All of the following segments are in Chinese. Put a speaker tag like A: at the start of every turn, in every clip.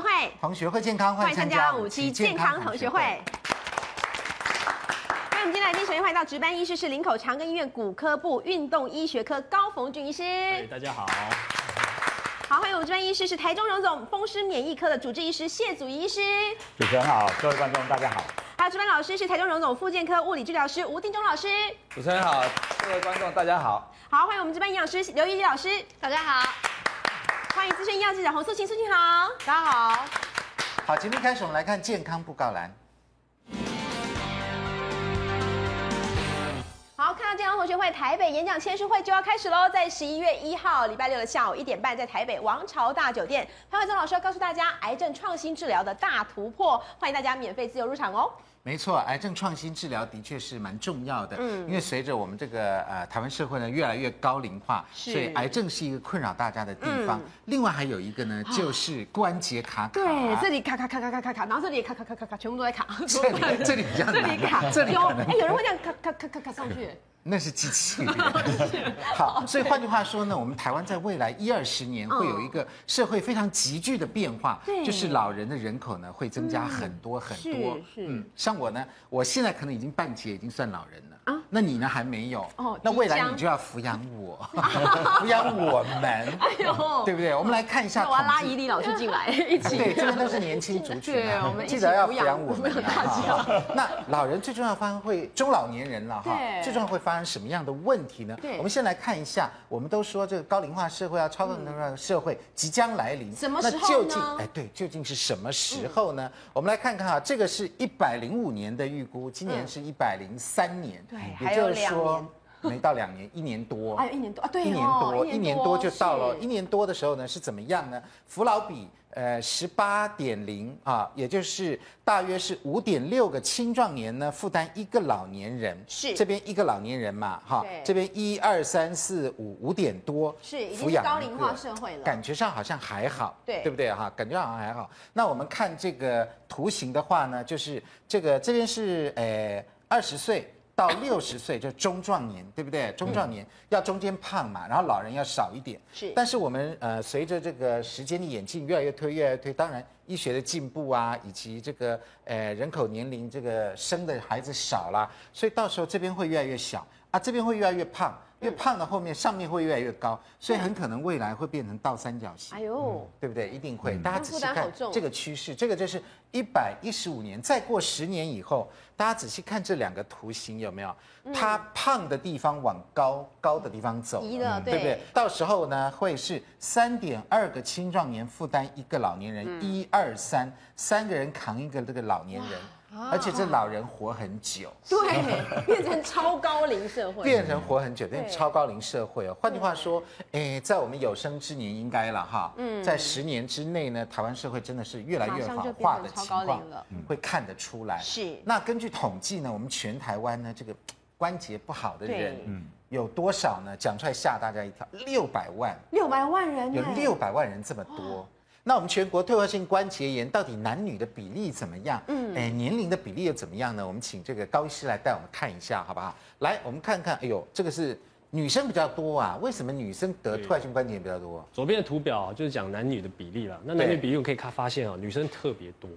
A: 会，
B: 同学会健康，
A: 欢迎参加五期健康同学会。那我们今天来宾，首先欢迎到值班医师是林口长庚医院骨科部运动医学科高逢俊医师。
C: 哎
D: 对，大家好。
A: 好，欢迎我们值班医师是台中荣总风湿免疫科的主治医师谢祖仪医师。
C: 主持人好，各位观众大家好。
A: 还有值班老师是台中荣总复健科物理治疗师吴定忠老师。
E: 主持人好，各位观众大家好。
A: 好，欢迎我们值班营养师刘怡老师。
F: 大家好。
A: 欢迎资深营养记者洪素琴，素琴好，
F: 大家好。
B: 好，节目开始，我们来看健康布告栏。
A: 好，看到健康同学会台北演讲签书会就要开始喽，在十一月一号礼拜六的下午一点半，在台北王朝大酒店，潘慧宗老师要告诉大家癌症创新治疗的大突破，欢迎大家免费自由入场哦。
B: 没错，癌症创新治疗的确是蛮重要的，嗯，因为随着我们这个呃台湾社会呢越来越高龄化，
A: 是
B: 所以癌症是一个困扰大家的地方。
A: 嗯
B: 另外还有一 个呢，就是关节卡卡，
A: 对，这里卡卡卡卡卡卡卡，然后这里也卡卡卡卡卡，全部都在卡，这
B: 这里这里比较难，
A: 里卡，
B: 这里
A: 有
B: 可
A: 哎、
B: 能
A: 有人会这样卡卡卡卡卡上去，
B: 那是机 器人。
A: 哦
B: 好，所以换句话说呢，我们台湾在未来一二十年会有一个社会非常急剧的变化，
A: 嗯对
B: 就是老人的人口呢会增加很多很多。
A: 是是
B: 像我呢，我现在可能已经半截，已经算老人了
A: 啊
B: 啊。那你呢还没有
A: 哦
B: 那未来
A: 即将
B: 你就要抚养我， 抚养我们，
A: 哎呦，
B: 对不对？我们来看一下
A: 那我要拉
B: 统
A: 伊
B: 计。
A: 丽老师进来一起。
B: 对，这边都是年轻族群啊、
A: 对我 们一起
B: 记得要
A: 抚
B: 抚
A: 养
B: 养我们
A: 我们
B: 啊、
A: 大家
B: 哈 那老人最重要发生会中老年人了哈
A: 对，
B: 最重要会发生什么样的问题呢
A: 对？
B: 我们先来看一下，我们都说这个高龄化社会啊，超高龄化社会即将来临，
A: 什么时候呢嗯
B: 那究竟哎对，究竟是什么时候呢？我们来看看啊，这个是一百零五年的预估，今年是一百零三年，
A: 嗯对
B: 也
A: 还有
B: 就是
A: 两
B: 说
A: 年
B: 没到两年，一年多，
A: 还有一年多 啊，对哦，
B: 一年多，一年多就到了。
A: 是
B: 一年多的时候呢，是怎么样呢？扶老比呃十八点零啊，也就是大约是五点六个青壮年呢负担一个老年人，
A: 是
B: 这边一个老年人嘛，哈
A: 对，
B: 这边一二三四五五点多，
A: 是已经
B: 抚
A: 是
B: 养
A: 高
B: 一
A: 龄
B: 个
A: 化社会了。
B: 感觉上好像还好，
A: 对
B: 对不对哈？感觉好像还好。那我们看这个图形的话呢，就是这个这边是呃二十岁到六十岁，就中壮年，对不对？中壮年、要中间胖嘛，然后老人要少一点。
A: 嗯是
B: 但是我们呃随着这个时间的演进，越来越推，越来越推，当然。医学的进步啊，以及这个呃人口年龄这个生的孩子少啦，所以到时候这边会越来越小啊，这边会越来越胖，越胖的后面上面会越来越高，所以很可能未来会变成倒三角形
A: 哎。呦，
B: 对不对？一定会。大家
A: 那
B: 仔
A: 负
B: 细
A: 担好
B: 看
A: 重
B: 这个趋势，这个就是一百一十五年，再过十年以后，大家仔细看这两个图形有没有？它胖的地方往高高的地方走嗯
A: 移了
B: 对不对
A: 对？
B: 到时候呢，会是三点二个青壮年负担一个老年人，一二三，三个人扛一个这个老年人，而且这老人活很久。
A: 对，变成超高龄社会。
B: 变成活很久，变成
A: 对
B: 超高龄社会哦。换句话说，诶，在我们有生之年应该了哈，在十年之内呢，台湾社会真的是越来越
A: 嗯马上就
B: 老
A: 变成
B: 化的
A: 超
B: 情
A: 高龄
B: 况嗯
A: 了，
B: 会看得出来。
A: 是
B: 那根据统计呢，我们全台湾呢这个关节不好的人嗯
A: 对，
B: 有多少呢？讲出来吓大家一跳，六百万，
A: 六百万人
B: 有
A: 呢
B: 六百万人这么多。那我们全国退化性关节炎到底男女的比例怎么样？嗯，哎，年龄的比例又怎么样呢？我们请这个高医师来带我们看一下，好不好？来，我们看看，哎呦，这个是女生比较多啊，为什么女生得退化性关节炎比较多？
D: 左边的图表就是讲男女的比例了。那男女比例我们可以看发现啊，女生特别多。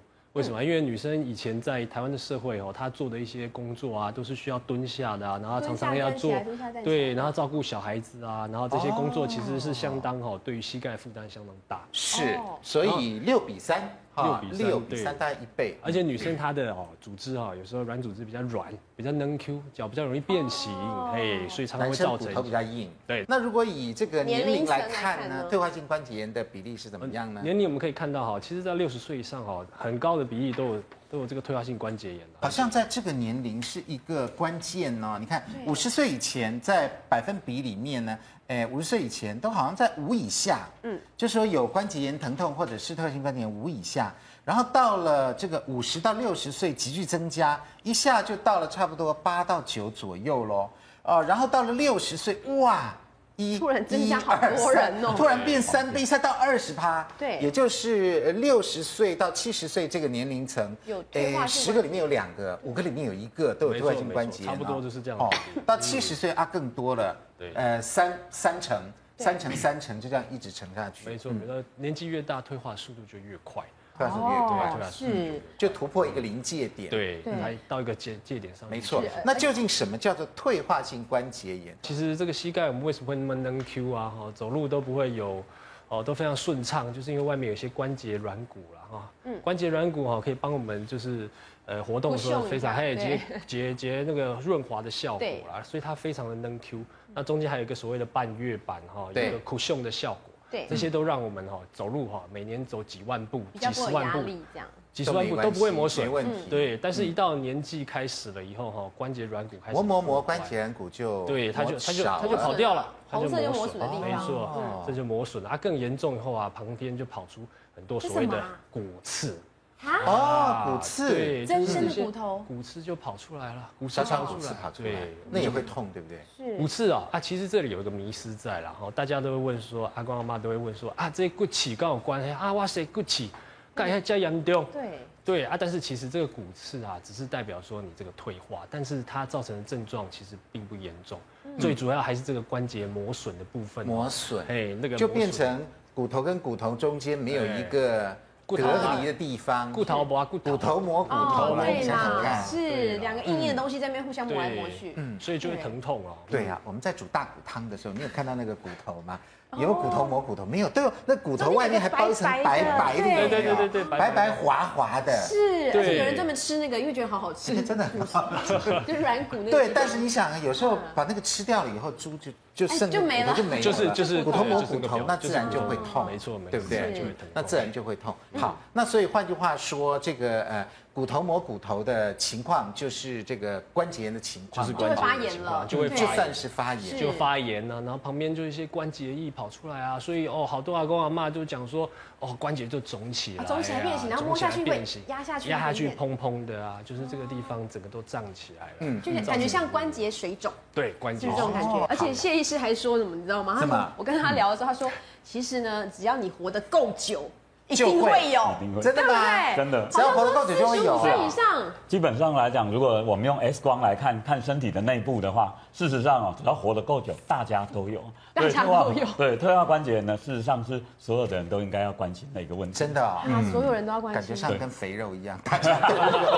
A: 嗯
D: 为什么？因为女生以前在台湾的社会哦，她做的一些工作啊，都是需要蹲下的啊，然后常常要做
A: 蹲下站起来蹲下站起来
D: 对，然后照顾小孩子啊，然后这些工作其实是相当哦，对于膝盖负担相当大。
B: 是
A: 哦，
B: 所以六比三，哈
D: 6比3
B: 六比三，
D: 对
B: 大概一倍。
D: 而且女生她的哦组织哦，有时候软组织比较软，比较能 Q，脚比较容易变形，
A: 哦
D: 嘿，所以常
B: 男
D: 常会
B: 生
D: 造
B: 骨
D: 成
B: 头比较硬，
D: 对
B: 那如果以这个年龄来
A: 年龄
B: 看
A: 层来看
B: 呢
A: 呢，
B: 退化性关节炎的比例是
D: 嗯
B: 怎么样呢？
D: 年龄我们可以看到哦哈，其实在六十岁以上哈，很高的比例都有都有这个退化性关节炎啊了
B: 好像在这个年龄是一个关键哦。你看，五十岁以前在百分比里面呢，哎，五十岁以前都好像在五以下，嗯，就说有关节炎疼痛或者是特性关节炎五以下，然后到了这个五十到六十岁急剧增加，一下就到了差不多八到九左右喽，哦，然后到了六十岁，哇。一
A: 突然增加
B: 一
A: 好多
B: 二三
A: 人哦
B: 突然变三倍，一下到二十趴，
A: 对
B: 也就是六十岁到七十岁这个年龄层，
A: 有退化性
B: 诶哎十个里面有两个，五个里面有一个都有退化性关节炎啊，
D: 没错没错差不多就是这样嗯
B: 哦，到七十岁啊，更多了，
D: 对
B: 呃，三三成，三成三成就这样一直乘下去。
D: 没错，没错，年纪越大，退化速度就越快。
B: 断层
A: 哦
B: 越多，
D: 对啊
A: 是
B: 就突破一个临界点。，
D: 对，
A: 对
D: 来到一个界界点上面
B: 没错
A: 是。呃
B: 那究竟什么叫做退化性关节炎？
D: 其实这个膝盖我们为什么会那么能 Q 啊？哈，走路都不会有，哦，都非常顺畅，就是因为外面有一些关节软骨了哈。嗯。关节软骨哈，可以帮我们就是呃活动的时候
A: 不锈一下
D: 非常，还有
A: 对
D: 结结结那个润滑的效果
A: 对嗯
D: 啦，所以它非常的能 Q。那中间还有一个所谓的半月板哈，有
B: 对
D: 一个 cushion 的效果。
A: 对
D: 这些都让我们哈走路哈，每年走几万步、
A: 比较
D: 几
A: 不会
D: 十
A: 有
D: 万
A: 压
D: 步、
A: 力这样。
D: 几十万步都不会磨损
B: 没。问题。
A: 嗯
D: 对，但是一到年纪开始了以后哈，关节软骨
B: 嗯
D: 开始
B: 磨磨磨
D: 破坏
B: 关节软骨就
D: 对，它就它就它
B: 它
D: 就跑掉了，它
A: 哦红色就
D: 磨
A: 磨损的地
D: 没
A: 方
D: 错
B: 嗯，
D: 这就磨损了。它更严重以后啊，旁边就跑出很多所谓
A: 这
D: 的
A: 什么啊
D: 骨刺
A: 啊，
B: 哦，
D: 啊
B: 骨刺，
D: 对，
A: 增
D: 就是
A: 生的
D: 这些
A: 骨头
D: 骨刺就跑出来了，骨
B: 小
D: 刺
B: 肠
D: 跑
B: 骨
D: 出
B: 刺跑
D: 来，
B: 出来
D: 对，，
B: 那也会痛，对不对？
A: 是
D: 骨刺啊啊，其实这里有一个迷失在啦，哈，大家都会问说，阿公阿妈都会问说啊，这骨刺跟我关系啊，哇塞，骨刺，干一下加严重。
A: 对，
D: 对啊，但是其实这个骨刺啊，只是代表说你这个退化，但是它造成的症状其实并不严重，
A: 嗯
D: 最主要还是这个关节磨损的部分哦。
B: 磨损，
D: 哎，那个
B: 就
D: 磨损
B: 变成骨头跟骨头中间没有一个
D: 骨
B: 隔
D: 头啊
B: 离的地方，
D: 骨头磨骨头
B: 骨头磨骨头
A: 哦，
B: 了，
A: 对
B: 你想想
A: 啦，
B: 看。啊嗯
D: 对
A: 是
D: 啦
A: 两个硬硬的东西在那边互相磨来磨去
D: 对，，所以就会疼痛哦。
B: 对呀、我们在煮大骨汤的时候，你有看到那个骨头吗？有骨头磨骨头没有？都有，那骨头外面还包一层白白的，
A: 对
D: 对对对对白
B: 白
D: 白
B: 白滑滑的，
A: 是，而且
D: 对
A: 有人专门吃那个，因为觉得好好吃
B: 这，个真的很好吃。
A: 就软骨那个地方。嗯哎
B: 对，但是你想，有时候把那个吃掉了以后，猪就就剩
A: 就没了
B: 骨头就没有了，
D: 就是就是
B: 骨头磨骨
D: 对就是这个
B: 头
D: 表，
B: 那自然就会痛，
D: 没错没错
B: 对不
D: 自
B: 对
D: 然就会疼？
B: 那自然就会痛。
A: 嗯
B: 好，那所以换句话说，这个呃骨头磨骨头的情况，就是这个关节炎的情况，
D: 就是
A: 关
D: 关
A: 节
D: 节
A: 炎啊
D: 炎
A: 的
D: 的
A: 情
D: 情
A: 况
D: 况，
A: 就
D: 就
A: 会发
D: 会
B: 就
A: 炎
D: 发炎
B: 算。是发炎
A: 是。
D: 就发炎啊，然后旁边就一些关节液跑出来啊，所以哦，好多阿公阿妈就讲说，哦，关节就肿起来、啊
A: 啊，肿起来变形然后摸下去会
D: 肿起来变形
A: 压下去哦
D: 压下
A: 有
D: 去
A: 点
D: 砰砰的啊，就是这个地方整个都胀起来了，
B: 嗯
D: 嗯，
A: 就是感觉像关节水肿，
D: 对，关
A: 是
D: 节
A: 不是这种感觉
B: 哦。
A: 而且谢医师还说什么，你知道吗？他
B: 什么嗯
A: 说我跟他聊的时候，他说其实呢，只要你活得够久，一
B: 就会
A: 定会有，
C: 一定会
A: 对
B: 真
A: 不
B: 的吗
A: 对？
C: 真的
B: 只要活得够久就会有啊
A: 45岁以上，
C: 基本上来讲，如果我们用 X 光来看看身体的内部的话，事实上哦，只要活得够久，大家都有。
A: 大家都有
C: 对，退化关节炎呢，事实上是所有的人都应该要关心的一个问题。
B: 真的啊、
A: 啊，所有人都要关
B: 感觉
A: 心，
B: 像跟肥肉一样，大家都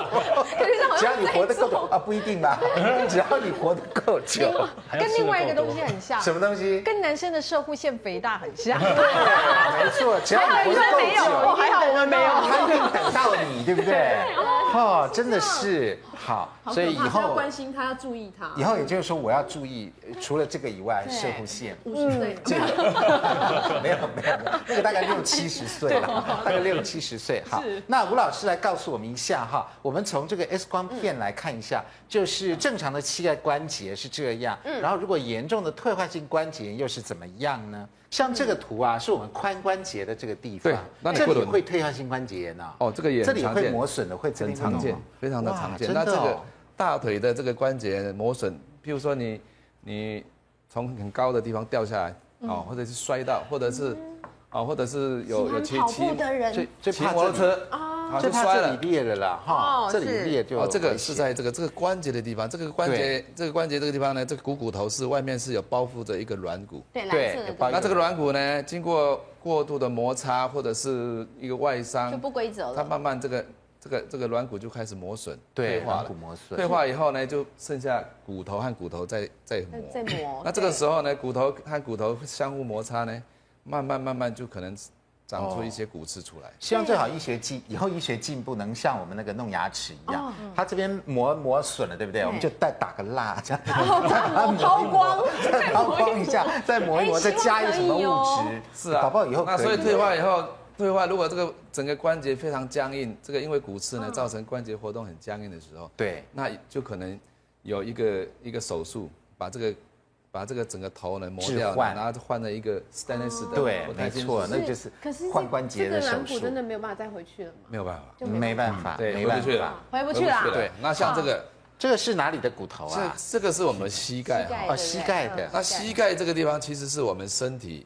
A: 感觉上好
B: 只要
A: 像
B: 你活得够久
A: 在
B: 啊，不一定 吧？只要你活得够久，
D: 还要
A: 跟
D: 吃得
A: 另外一个
D: 够
A: 东
D: 多
A: 西很像，
B: 什么东西？
A: 跟男生的射护腺肥大很像。
B: 对，没错，只要你活得
A: 还好
B: 够
A: 你说没有还好我
B: 久，
A: 们没有
B: 他会等到你，对不对？哦，真的是好，
A: 好
B: 所
A: 可
B: 以以
A: 怕！要
B: 后
A: 关心他，要注意他。
B: 以后也就是说，我要注意，呃除了这个以外，
A: 对
B: 射护线。
A: 五十岁，
B: 这个 没有没有，没有，那个大概六七十岁了，大概六七十岁。好，那吴老师来告诉我们一下哈，我们从这个 X 光片来看一下，就是正常的膝盖关节是这样，然后如果严重的退化性关节炎又是怎么样呢？像这个图啊，是我们髋关节的这个地方
E: 对，那你
B: 这
E: 会
B: 里
E: 轮
B: 会退化性关节炎呢？
E: 哦这个也
B: 这
E: 很
B: 里
E: 常见
B: 会磨损的，会这
E: 很
B: 边
E: 常见
B: 会弄吗，
E: 非常的常见。
B: 哇
E: 那
B: 真
E: 这
B: 的
E: 个
B: 哦
E: 大腿的这个关节磨损，譬如说你你从很高的地方掉下来，哦，或者是摔到，或者是哦，或者是有
A: 嗯喜欢
E: 有骑
A: 跑步
E: 骑
A: 的人
E: 骑
B: 最
E: 骑
B: 怕
E: 摩托
B: 这
E: 车
A: 哦
E: 啊
B: 最
E: 就
B: 怕
E: 摔
B: 这里
E: 了。
B: 裂了啦，哈
A: 哦，
B: 这里
A: 是
B: 裂就
E: 哦，这
B: 危
E: 个
B: 险
E: 是在这个这个关节的地方，这个关节这个关节这个地方呢，这个股骨头是外面是有包覆着一个软骨，
A: 对，蓝
B: 对
A: 色的
B: 有包
A: 对
E: 那这个软骨呢，经过过度的摩擦或者是一个外
A: 就
E: 伤，
A: 不规则
E: 它
A: 了。
E: 慢慢这个这个这个软骨就开始磨损，
B: 对
E: 退化
B: 软
E: 了啊
B: 骨。磨损
E: 退。化以后呢，就剩下骨头和骨头在在磨。，
A: 在磨
E: 那这个时候呢，骨头和骨头相互摩擦呢，慢慢慢慢就可能长出一些骨刺出来。
B: 希望最好医学进以后医学进步能像我们那个弄牙齿一样
A: 哦，
B: 它这边磨磨损了，对不对？我们就再打个蜡这样，
A: 对抛光，
B: 再抛光一下，再磨一磨，
A: 哎
B: 再加一个什么
A: 希望可
B: 物
A: 以
B: 质，
E: 是啊，
B: 搞不好以后
E: 那
B: 可
E: 所以
B: 以。
E: 退化以后，退化如果这个整个关节非常僵硬，这个因为骨刺呢造成关节活动很僵硬的时候，
B: 对，
E: 那就可能有一个一个手术把这个。把这个整个头呢磨
B: 置
E: 掉，
B: 换
E: 然后就换了一个 stainless 的，
B: 对
E: 不太
B: 没
E: 金属
B: 错
E: 的
B: 那就是
A: 可是这
B: 髋关节的
A: 这个
B: 手
A: 软骨
B: 术
A: 真，的没有办法再回去了吗？
E: 没有办法，
A: 就
B: 没办法，
E: 嗯对，
B: 没
E: 回
B: 办
E: 不
B: 法
E: 去。了，
A: 回不去啦
E: 对，那像这个，
B: 这个是哪里的骨头
E: 这
B: 啊？
E: 这个是我们膝盖哈，
B: 哦，膝盖的。
E: 那膝盖这个地方其实是我们身体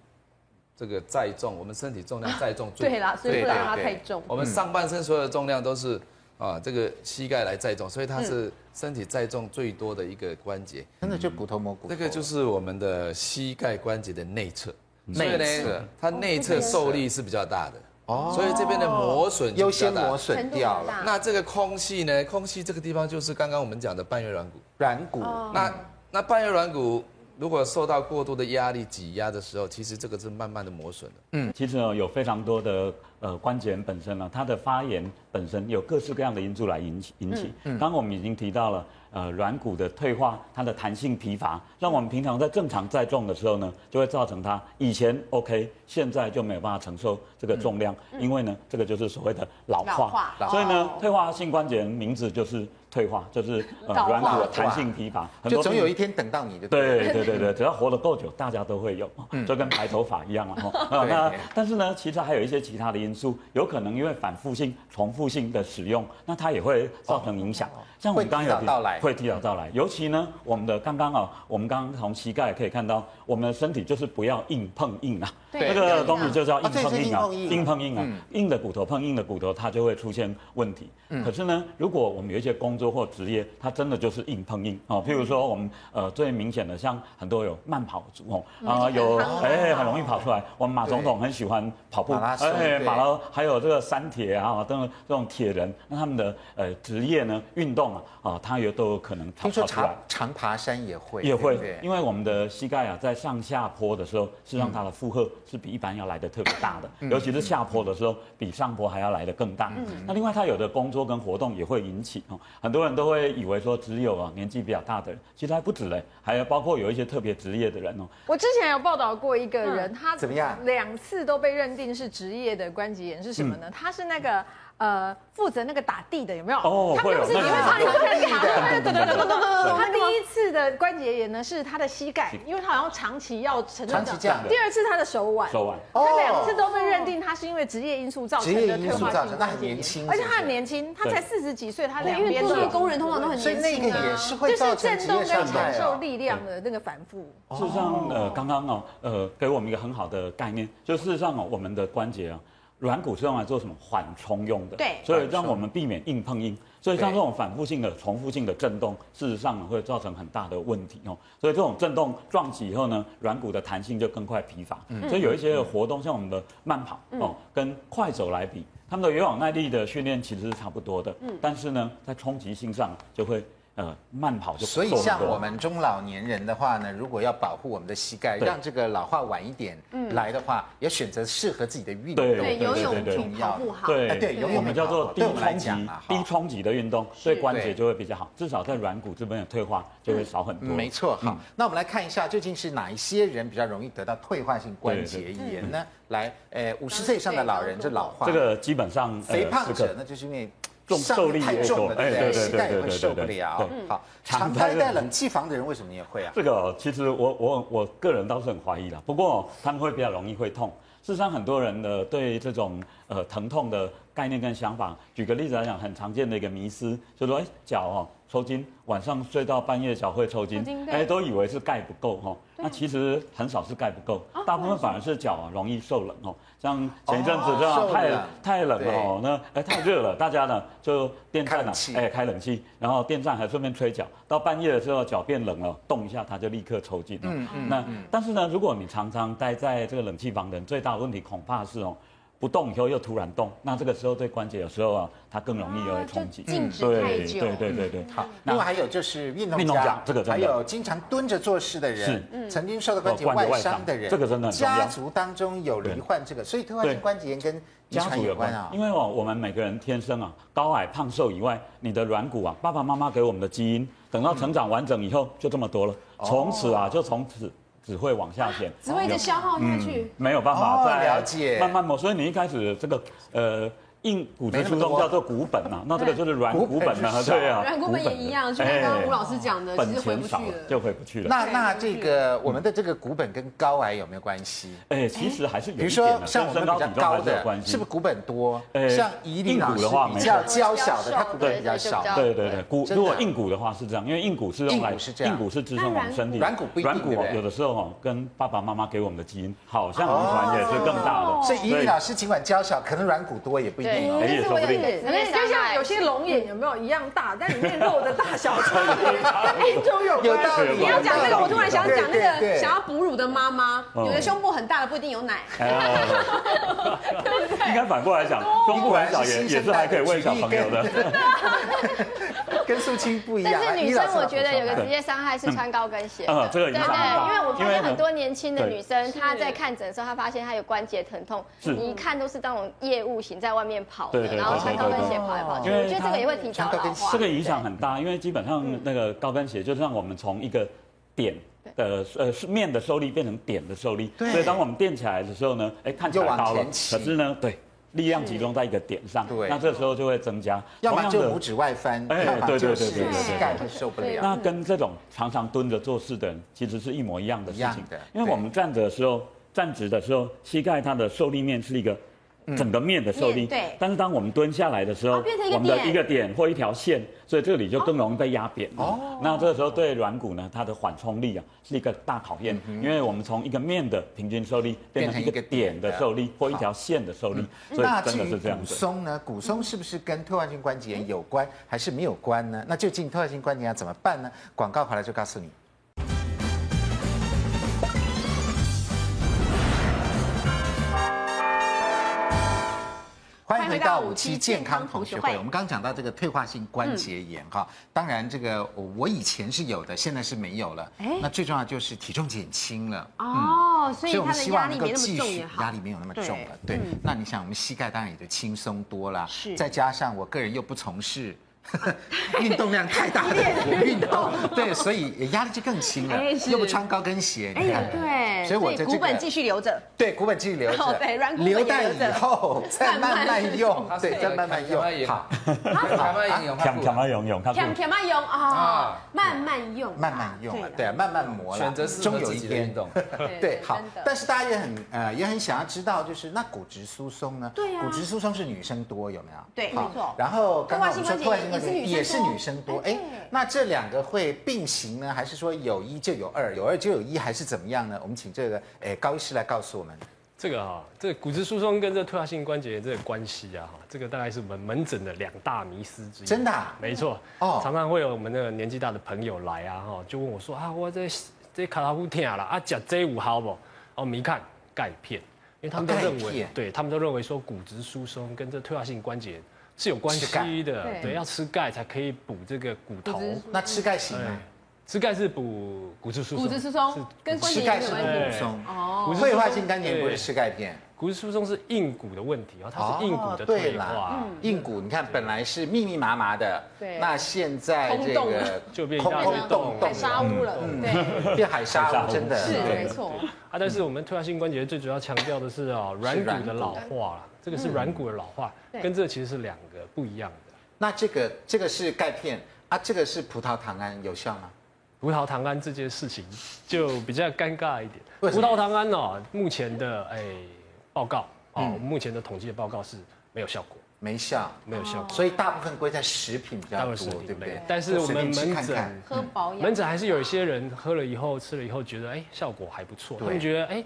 E: 这个载重，我们身体重 量载重最
A: 对啦，所以不能让它太重。
E: 我们上半身所有的重量都是啊这个膝盖来载重，所以它是身体载重最多的一个关节。
B: 真的就骨头磨骨头，
E: 这个就是我们的膝盖关节的内侧，
B: 嗯内侧
E: 哦所以呢它内侧受力是比较大的。
B: 哦
E: 所以这边的磨损就
B: 优
E: 比较
B: 先
E: 大
B: 磨损
A: 程度
B: 掉
A: 比较
B: 了
A: 大
E: 那这个空隙呢？空隙这个地方就是刚刚我们讲的半月软骨。
B: 软骨，
E: 那那半月软骨如果受到过度的压力挤压的时候，其实这个是慢慢的磨损的。
A: 嗯
C: 其实哦呢，有非常多的呃关节炎本身呢，它的发炎本身有各式各样的因素来引
A: 嗯
C: 起引起。刚刚我们已经提到了呃软骨的退化，它的弹性疲乏，让我们平常在正常载重的时候呢，就会造成它以前 OK，现在就没有办法承受这个重量，因为呢，这个就是所谓的老
A: 嗯老
C: 化
A: 化。
C: 所以呢
A: 哦，
C: 退化性关节炎名字就是退化，就是呃
A: 老化
C: 软骨的弹性疲乏，很
B: 就
C: 多
B: 总
C: 病
B: 有一天等到你的。
C: 对对对对，只要活得够久，大家都会有，就跟白头发一样了哈。 啊
B: 嗯对
C: 那但是呢，其实还有一些其他的因素，有可能因为反复性、重复性的使用，那它也会造成影响。像我们刚刚
B: 哦会提
C: 有提
B: 早到来
C: 会提早到来。尤其呢，我们的刚刚啊，我们刚刚从膝盖可以看到，我们的身体就是不要硬碰硬啊，
A: 对
C: 那个东西就叫
B: 啊
C: 硬
B: 这也是
C: 碰硬啊，
B: 硬碰硬啊
C: 硬碰硬啊，硬的骨头碰硬的骨头，它就会出现问题。
B: 嗯
C: 可是呢，如果我们有一些工作或职业，它真的就是硬碰硬哦。譬如
B: 嗯
C: 说我们呃最明显的，像很多有慢跑族哦，
B: 嗯
C: 啊有
A: 很夯的
C: 哎很容易跑出来。我们马总统很喜欢跑步，哎
B: 马拉松对
C: 马拉还有这个山铁啊等等这种铁人，那他们的呃职业呢运动啊啊，他也都有可能跑
B: 听
C: 跑
B: 说
C: 出来
B: 长。长爬山也会，
C: 也
B: 对
C: 会
B: 不，对
C: 因为我们的膝盖啊，在上下坡的时候，事实上它的负
B: 嗯
C: 荷是比一般要来的特别大的，尤其是下坡的时候，比上坡还要来的更大。
B: 嗯
C: 那另外，它有的工作跟活动也会引起哦，很多人都会以为说只有啊年纪比较大的人，其实还不止嘞，还有包括有一些特别职业的人哦，
F: 我之前有报道过一个人，他
B: 怎么样
F: 两次都被认定是职业的关节炎是什么
B: 嗯
F: 呢？他是那个呃负责那个打地的，有没有？
C: 哦
F: 他们不是
C: 会
F: 你
C: 有
F: 会
C: 那
F: 唱
C: 个
F: 一唱一唱，
C: 对
F: 对
C: 对
F: 对
C: 对
F: 对
C: 对
F: 对
C: 对
F: 对。他第一次的关节炎呢是他的膝盖，因为他好像长期要承
B: 长
F: 认
B: 期
F: 的
B: 这样
F: 第二次他的手腕。
C: 手腕。
F: 他啊两次都被认定他是因为职业因素造成
B: 职业
F: 的
B: 因
F: 退
B: 素
F: 化
B: 造
F: 性
B: 成那
F: 关
B: 很
F: 节炎
B: 年轻，
F: 而且他
B: 是
F: 很
B: 不是
F: 年轻，他才四十几岁，他两
A: 因为
F: 边
A: 做
F: 都
A: 那
F: 有
A: 个工人通常都很
B: 所以
A: 年
B: 那
A: 轻
B: 个
A: 啊
B: 也，是
F: 就
B: 会造成
F: 是震
B: 职
F: 动
B: 业
F: 跟
B: 伤
F: 承
B: 害
F: 受
B: 哦。
F: 力量的那个反复。
C: 事实上，呃，刚刚哦，呃，给我们一个很好的概念，就事实上哦，我们的关节啊，软骨是用来做什么缓冲用的，
A: 对
C: 所以让我们避免硬碰硬。所以像这种反复性的、重复性的震动，事实上呢会造成很大的问题哦。所以这种震动撞击以后呢，软骨的弹性就更快疲乏。所以有一些活动，像我们的慢跑哦，跟快走来比，他们的有氧耐力的训练其实是差不多的，但是呢，在冲击性上就会呃慢跑就
B: 哦所以
C: 够很
B: 像
C: 多
B: 我们中老年人的话呢，如果要保护我们的膝盖，
C: 对
B: 让这个老化晚一点
F: 嗯
B: 来的话，要选择适合自己的运动，
C: 对
A: 对，
C: 对
A: 游
C: 对
A: 泳
C: 对
A: 挺保护好。
C: 对
B: 哎对游泳
C: 我们叫做低
B: 对我们来
C: 冲击
B: 讲啊、哈
C: 低冲击的运动，对关节就会比较好，至少在软骨这边的退化就会少很多。
B: 嗯没错，
C: 嗯
B: 好，那我们来看一下，究竟是哪一些人比较容易得到退化性关
C: 对
B: 节炎呢？来，呃，五十岁以上的老人，这老化，
C: 这个基本上呃
B: 肥胖
C: 是
B: 者
C: 个
B: 呢，就是因为
C: 重
B: 上
C: 受力
B: 太
C: 也
B: 重
C: 多
B: 了，
C: 哎
B: 对不对？
C: 对对
B: 膝盖也
C: 对
B: 会
C: 对对
B: 受不
C: 对
B: 了
C: 对。
A: 嗯
B: 好，
C: 常
B: 常待
C: 戴
B: 在
C: 冷
B: 冷气房的人为什么也会啊？
C: 这个其实我我我个人倒是很怀疑啦，不过他们会比较容易会痛。事实上，很多人的对这种呃疼痛的概念跟想法，举个例子来讲，很常见的一个迷思，就说哎脚哦抽筋，晚上睡到半夜脚会抽筋
F: 抽筋，对
C: 哎都以为是钙不够哦，那其实很少是钙不够，大部分反而是脚啊容易受冷哦，像前一阵子这
B: 哦
C: 样
B: 受
C: 太
B: 冷
C: 太冷了哦，那哎太热了，大家呢就电
B: 开
C: 扇
B: 冷
C: 啊
B: 气，
C: 哎开冷气，然后电扇还顺便吹脚，到半夜的时候脚变冷了，动一下它就立刻抽筋了。哦
B: 嗯嗯
C: 那但是呢，如果你常常待在这个冷气房的人，最大的问题恐怕是哦。不动以后又突然动，那这个时候对关节有时候啊，它更容易有冲击。
A: 啊就
C: 嗯
A: 静止
C: 对
A: 太久嗯
C: 对对对对。
B: 好，
C: 那
B: 另外还有就是运动
C: 运动
B: 家
C: 家，这个真的
B: 还有经常蹲着做事的
A: 嗯
B: 人，曾经受到关节
C: 哦关节
B: 外
C: 外
B: 伤
C: 伤
B: 的人，
C: 这个真的很重要
B: 家族当中有罹患这个，所以退化性
C: 对
B: 关节炎跟遗
C: 家
B: 传
C: 族
B: 有
C: 有关
B: 关啊
C: 因。为哦，我们每个人天生啊，高矮胖瘦以外，你的软骨啊，爸爸妈妈给我们的基因，等到成长完整以后，就这么多了，
B: 嗯
C: 从此
B: 哦
C: 啊，就从此只会往下减，
A: 啊只会一直
C: 有
A: 消耗下去，
C: 没有办
B: 哦
C: 法再
B: 了解
C: 慢慢磨。所以你一开始这个呃硬骨质
B: 没
C: 疏
B: 那么
C: 松
B: 多
C: 叫做骨本呐、那这个就是软
B: 骨
C: 骨
B: 本
C: 本呐、
B: 是
C: 啊，
B: 少
C: 对啊，
A: 软骨本也一样就像
C: 哎
A: 刚刚吴老师讲的
C: 本
A: 其实回
C: 钱
A: 不去
C: 少了
A: 了
C: 就回不去了。
B: 那那这个我们的这个骨本跟高矮有没有关系？
C: 哎，其实还是有一
B: 比如
C: 点
B: 说
C: 的，
B: 像我
C: 跟
B: 们
C: 身
B: 比较
C: 高体重
B: 高
C: 还是有
B: 的
C: 关，系。
B: 是不是骨本多？
C: 呃
B: 像怡林老
C: 硬骨
B: 师
C: 的话
B: 比
C: 没
B: 较
C: 错
B: 娇小的，
A: 对
B: 他骨本比较
A: 对
B: 少
A: 对。
C: 对对对，骨
B: 真的
C: 如果硬骨的话是这样，因为硬骨是用来
B: 硬骨是这样
C: 硬骨是支撑我们身体的，
B: 那软骨软骨不一定对
C: 软骨
B: 不对
C: 有的时候哦，跟爸爸妈妈给我们的基因好像遗传也是更大的，
B: 所以怡
G: 哦
C: 所
B: 林
C: 以
B: 老师尽管娇小，可能软骨多也不一定哦
A: 哎
C: 力嘛，
F: 对
C: 谁也受不了。
F: 可能就像有嗯些龙眼有没有一样大，但里面肉的大小差 别跟品种有
B: 有
F: 关。
B: 道理。
A: 你要哎讲那个，我突然想讲那
B: 对对
A: 个
B: 对
A: 想要哺乳的妈妈，
C: 嗯
A: 有的胸部很大的不一定有奶。
C: 哎应该反 过来想，胸部很小也也是还可以喂小朋友的。
B: 跟素清不一样。
G: 但是女
B: 伊
G: 生
B: 老师
G: 我觉得有个
B: 补充
G: 直接伤害是穿高跟鞋。
C: 嗯，这个
G: 对
C: 影
G: 对，
C: 响很大，
G: 因为我发现很多年轻的
C: 对
G: 女生，她在看诊的时候，她发现她有关节疼痛，
C: 是
G: 你一看都是那种业务型在外面跑
C: 对
G: 的，
C: 对
G: 然后
C: 对
G: 穿
C: 对
G: 高跟
C: 对
G: 鞋跑来跑去，
C: 因为
G: 我觉得这
C: 她
G: 个也会提早
B: 穿高
G: 老
B: 跟鞋
G: 化。
C: 这个影响很大，因为基本
B: 嗯
C: 上那个高跟鞋就让我们从一个点。的呃是面的受力变成点的受力，
B: 对
C: 所以当我们垫起来的时候呢，哎看起来
B: 就往
C: 高了，
B: 前倾
C: 可是呢，对，力量集中在一个点上，
B: 对
C: 那这时候就会增加。
B: 要么
C: 同
B: 就
C: 样的
B: 拇指外翻，
C: 哎
B: 要么就
C: 对对
B: 是
C: 对对
G: 对
B: 膝盖会受不了。
C: 那跟这种常常蹲着做事的人，其实是一模一样的事
B: 一
C: 情
B: 样的。
C: 因为我们站着的时候，站直的时候，膝盖它的受力面是一个
B: 嗯
C: 整个面的受力。
A: 面对
C: 但是当我们蹲下来的时
A: 哦
C: 候
A: 变成一，个
C: 我们的
A: 点
C: 一个点或一条线，所以这里就更容易被压扁。哦。那这个时候对软骨呢，它的缓冲力啊，是一个大考
B: 嗯
C: 验，因为我们从一个面的平均受力变成一
B: 变
C: 个
B: 成一个点
C: 点的
B: 的
C: 受力或一条线的受力，所以
B: 那
C: 真
B: 至
C: 的
B: 于
C: 是这样
B: 骨
C: 子。
B: 松呢？骨松是不是跟退化性关节炎有关，还是没有关呢？那究竟退化性关节炎要怎么办呢？广告回来就告诉你。欢迎回到五期健康同学会。我们嗯刚刚讲到这个退化性关节炎哈，当然这个我以前是有的，现在是没有了。那最重要就是体重减轻了。
A: 哦，所以
B: 我
A: 他
B: 们
A: 的
B: 希
A: 压
B: 望
A: 力
B: 能
A: 没那么
B: 够继
A: 重
B: 续
A: 也好嗯
B: 压。力没有那么重了。对，那你想，我们膝盖当然也就轻松多了。
A: 是啊
B: 再加上我个人又不从事。 运动量太大的 运动，对，所以压力就更轻了
A: 哎，是哎
B: 又不穿高跟鞋，你看，
A: 对，
B: 所以我在这
A: 骨本
B: 个
A: 继续留着。
B: 对，骨本继续留
A: 哦
B: 着，
A: 对软骨本也
B: 留
A: 留着
B: 待以后再慢慢用，对，再慢慢用，好，
E: 台湾 营养
C: 强强啊勇勇，看
A: 舔舔慢用啊
E: 啊，
A: 慢慢用，
B: 慢慢用啊，对啊，慢慢磨啦，
E: 选择适合
B: 终有
E: 自
B: 一
E: 己的
B: 天
E: 运 动。
B: 对，好
A: 真的，
B: 但是大家也很呃也很想要知道，就是那骨质疏松呢？
A: 对啊
B: 骨质疏松是女生多有没有？
A: 对
B: 好
A: 没错
B: 然后刚刚我们说
A: 退化性关节炎也
B: 也
A: 是
B: 是
A: 女
B: 女
A: 生
B: 生
A: 多
B: 多，哎，那这两个会并行呢，还是说有一就有二，有二就有一，还是怎么样呢？我们请这个哎高医师来告诉我们。
D: 这个啊，这个骨质疏松跟这退化性关节炎这个关系啊，哈，这个大概是我们门诊的两大迷思之一。
B: 真的啊
D: 没错。
B: 哦
D: 哦，常常会有我们那个年纪大的朋友来啊，哈，就问我说啊，我这这卡拉夫痛啦，啊，讲这五好不？哦，我们一看钙片，因为他们都
B: 哦钙
D: 认为
B: 片，
D: 对他们都认为说骨质疏松跟这退化性关节炎是有关系的
F: 吃钙，
D: 对，要吃钙才可以补这个骨头。
B: 那吃钙行
D: 对
B: 吗？，
D: 吃钙是补骨质疏松，
F: 骨质疏松跟关节
B: 吃
F: 炎
B: 钙
F: 有
B: 是
F: 关
D: 系
B: 骨松，
F: 哦，
D: 骨质疏松
B: 退化性关节炎不是
D: 对
B: 吃钙片。
D: 骨质疏松是硬骨的问题啊，它是硬骨的啊
B: 哦对
D: 退
B: 啦
D: 化，，
B: 硬骨你看本来是密密麻麻的，
F: 对
B: 那现在这
F: 空洞
B: 个
D: 就变一
B: 空
D: 大堆
B: 空洞
D: 洞
B: 洞
F: 太
B: 了，
F: 沙屋了，对，
B: 变海沙屋，真的
F: 是
B: 对
F: 没错。
D: 啊，但是我们退化性关节最主要强调的是啊，软骨的老化啦，这个是软骨的嗯老化，
F: 对
D: 跟这其实是两个不一样的。
B: 那这个这个是钙片啊，这个是葡萄糖胺，有效吗？
D: 葡萄糖胺这件事情就比较尴尬一点。
B: 为什
D: 葡
B: 么
D: 萄糖胺哦，目前的哎报告
B: 嗯
D: 哦，目前的统计的报告是没有效果，
B: 没效，
D: 没有效果。
B: 所以大部分归在食品比较
D: 待会
B: 多
D: 儿是，
B: 对不对？
D: 但是我
B: 随
D: 们
B: 便去
D: 门
B: 看嗯看
D: 诊
F: 喝保养
D: 门诊还是有一些人喝了以后、吃了以后，觉得哎、效果还不错，他
B: 对
D: 们觉得哎，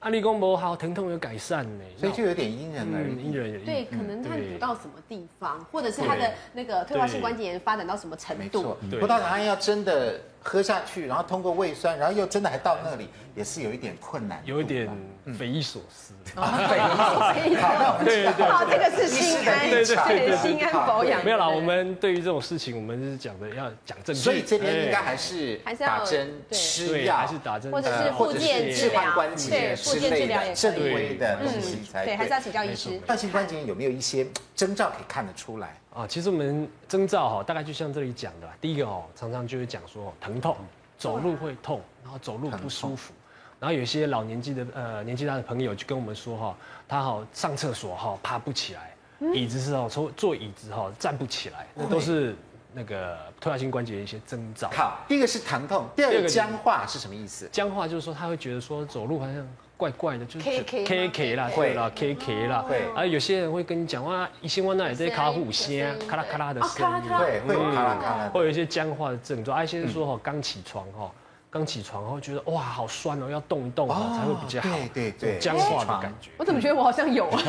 D: 阿利公伯好疼痛有改善呢，
B: 所以就有点因人而
D: 嗯因
B: 异。
D: 人而异。
A: 对，可能他
D: 对
A: 补到什么地方，或者是他的
D: 对
A: 那个退化性关节炎发展到什么
B: 没
A: 程
B: 错
A: 度，，
D: 对
B: 葡萄糖胺要真的喝下去，然后通过胃酸，然后又真的还到那里，也是有一点困难。啊
D: 有一点
B: 嗯
D: 匪夷所思。
B: 好，那我们
D: 对对
A: 哦，这个是心安，
B: 对对对
D: 对对
A: 心安保养。
D: 没有啦，我们对于这种事情，我们是讲的要讲证据，
B: 所以这边应该
D: 哎
B: 还是
A: 还是要
B: 打针、
A: 对
B: 吃
D: 对，
B: 药，
D: 还是打针，
G: 或者
B: 呃
G: 是
B: 或
G: 复
B: 者
G: 健
B: 是
G: 治
B: 置换
G: 疗，
B: 关节
G: 对，
B: 之
G: 复健治
B: 类
G: 疗也
B: 的
G: 可
B: 正
G: 以。
B: 规的东西才
A: 嗯对，还是要请教医
D: 没
A: 师
D: 错。
B: 慢性关节炎有没有一些征兆可以看得出来？
D: 啊，其实我们征兆哈，大概就像这里讲的啦，第一个哦，常常就会讲说哦疼痛，走路会痛，然后走路不舒服，然后有一些老年纪的呃年纪大的朋友就跟我们说哈，他好上厕所哈爬不起来，椅子是哦坐坐椅子哈站不起来，那都是那个退化性关节的一些征兆。
B: 好，第一个是疼痛，第二
D: 第二
B: 个
D: 个
B: 僵化是什么意思？
D: 僵化就是说他会觉得说走路好像怪怪的，就是
A: K-K 吗
D: K K 啦，
B: 会
D: 对啦 K K 啦，
B: 会
D: 啊，有些人会跟你讲哇，一心湾那里在卡虎
G: 有声
D: 仙
G: 音
D: 咔啦咔啦的声
A: 哦咔啦
D: 音
A: 咔啦
B: 嗯
D: 啊，
B: 会会有咔啦咔啦的嗯
D: 会有一些僵化的症状，啊，一些人说哦刚起床哦。刚起床然后觉得哇好酸哦，要动一动哦才会比较好，
B: 对对对，
D: 僵化的感觉。
F: 我怎么觉得我好像有啊？